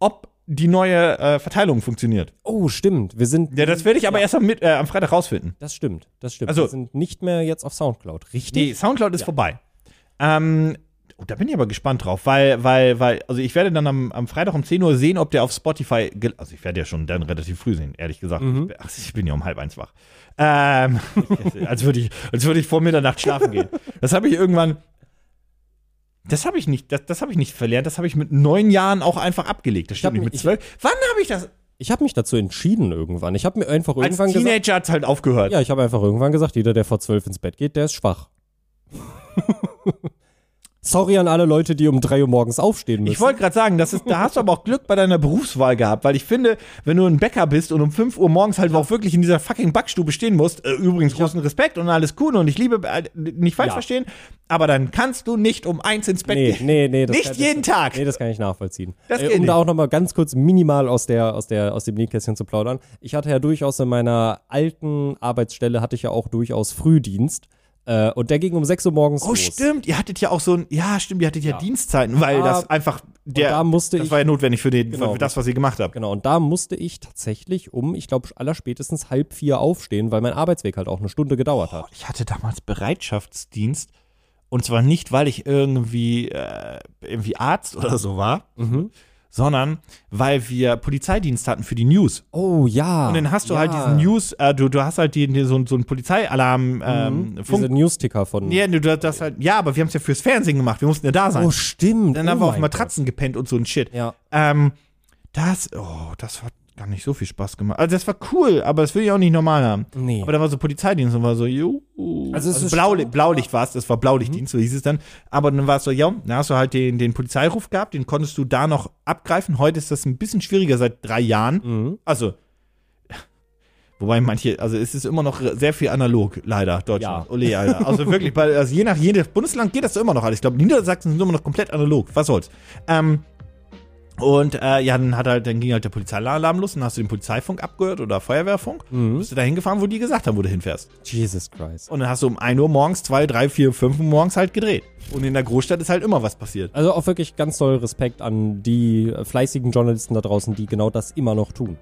ob die neue äh, Verteilung funktioniert.
Oh, stimmt. Wir sind.
Ja, das werde ich aber erst am, Mit- äh, am Freitag rausfinden.
Das stimmt. Das stimmt.
Also-
wir sind nicht mehr jetzt auf Soundcloud, richtig?
Nee, Soundcloud ist vorbei. Ähm, oh, da bin ich aber gespannt drauf, weil, weil, weil, also ich werde dann am, am Freitag um 10 Uhr sehen, ob der auf Spotify, gel- also ich werde ja schon dann relativ früh sehen, ehrlich gesagt.
Mhm.
Ich, bin- ach, ich bin ja um halb eins wach. Ähm, als würde ich, als würde ich vor Mitternacht schlafen gehen. Das habe ich irgendwann, das habe ich nicht, das, das habe ich nicht verlernt, das habe ich mit neun Jahren auch einfach abgelegt. Das
hab
stimmt nicht,
mir-
mit
ich-
zwölf. Wann habe ich das?
Ich habe mich dazu entschieden irgendwann. Ich habe mir einfach
Als
irgendwann gesagt.
Teenager hat es halt aufgehört.
Ja, ich habe einfach irgendwann gesagt, jeder, der vor zwölf ins Bett geht, der ist schwach. Sorry an alle Leute, die um drei Uhr morgens aufstehen müssen.
Ich wollte gerade sagen, das ist, da hast du aber auch Glück bei deiner Berufswahl gehabt, weil ich finde, wenn du ein Bäcker bist und um 5 Uhr morgens halt auch wirklich in dieser fucking Backstube stehen musst, äh, übrigens großen Respekt und alles cool und ich liebe, äh, nicht falsch
Ja.
verstehen, aber dann kannst du nicht um eins ins Bett
nee,
gehen.
nee, nee, das
Nicht
kann,
jeden
das,
Tag.
Nee, das kann ich nachvollziehen.
Das
äh,
geht
um
nicht.
da auch nochmal ganz kurz minimal aus, der, aus, der, aus dem Nähkästchen zu plaudern. Ich hatte ja durchaus in meiner alten Arbeitsstelle, hatte ich ja auch durchaus Frühdienst. Äh, und der ging um 6 Uhr morgens
Oh,
los.
stimmt, ihr hattet ja auch so ein, ja, stimmt, ihr hattet ja, Dienstzeiten, weil
Ah,
das einfach, der,
da musste
das
ich-
war ja notwendig für, den,
Genau.
für das, was ihr gemacht habt.
Genau, und da musste ich tatsächlich um, ich glaube, allerspätestens halb vier aufstehen, weil mein Arbeitsweg halt auch eine Stunde gedauert hat.
Ich hatte damals Bereitschaftsdienst und zwar nicht, weil ich irgendwie, äh, irgendwie Arzt oder so war,
Mhm.
sondern weil wir Polizeidienst hatten für die News.
Oh ja. Mhm.
Und dann hast du halt diesen News, äh, du, du hast halt die, die, so, so einen Polizeialarm, ähm,
Diese
Funk.
Newsticker von.
Ja, du, du- das halt, ja, aber wir haben es ja fürs Fernsehen gemacht, wir mussten ja da sein.
Oh, stimmt.
dann
oh
haben wir auf
mein
Matratzen gepennt und so ein Shit.
Gott. Ja.
Ähm, das, oh, das hat gar nicht so viel Spaß gemacht. Also das war cool, aber das will ich auch nicht normal haben.
Nee.
Aber da war so Polizeidienst und war so, juhu.
Also es ist
Blauli
schon- Mhm.
Blaulicht war es, das war Blaulichtdienst, so hieß es dann. Aber dann war es so, ja, dann hast du halt den, den Polizeiruf gehabt, den konntest du da noch abgreifen. Heute ist das ein bisschen schwieriger seit drei Jahren.
Mhm.
Also, wobei manche, also es ist immer noch sehr viel analog, leider, Deutschland.
Ja.
Ole, Alter. Also wirklich, weil, also je nach jedes Bundesland geht das immer noch. alles. Ich glaube, Niedersachsen sind immer noch komplett analog. Was soll's. Ähm, und äh, ja, dann hat halt, dann ging halt der Polizeialarm los und dann hast du den Polizeifunk abgehört oder Feuerwehrfunk.
Mhm.
Bist du dahin gefahren, wo die gesagt haben, wo du hinfährst.
Jesus Christ.
Und dann hast du um 1 Uhr morgens, 2, 3, 4, 5 Uhr morgens halt gedreht. Und in der Großstadt ist halt immer was passiert.
Also auch wirklich ganz doll Respekt an die äh, fleißigen Journalisten da draußen, die genau das immer noch tun.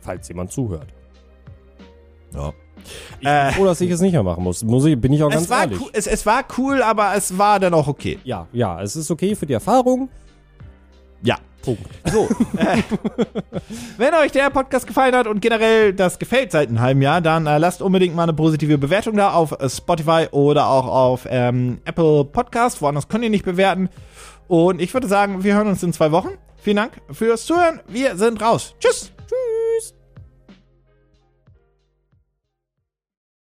Falls jemand zuhört.
Ja.
Ich
Äh.
bin froh, dass ich es nicht mehr machen muss. muss ich, bin ich auch ganz
Es war,
ehrlich.
cool, es, es war cool, aber es war dann auch okay.
Ja, ja, es ist okay für die Erfahrung.
Ja.
Punkt.
So. äh, wenn euch der Podcast gefallen hat und generell das gefällt seit einem halben Jahr, dann äh, lasst unbedingt mal eine positive Bewertung da auf äh, Spotify oder auch auf ähm, Apple Podcast. Woanders könnt ihr nicht bewerten. Und ich würde sagen, wir hören uns in zwei Wochen. Vielen Dank fürs Zuhören. Wir sind raus. Tschüss.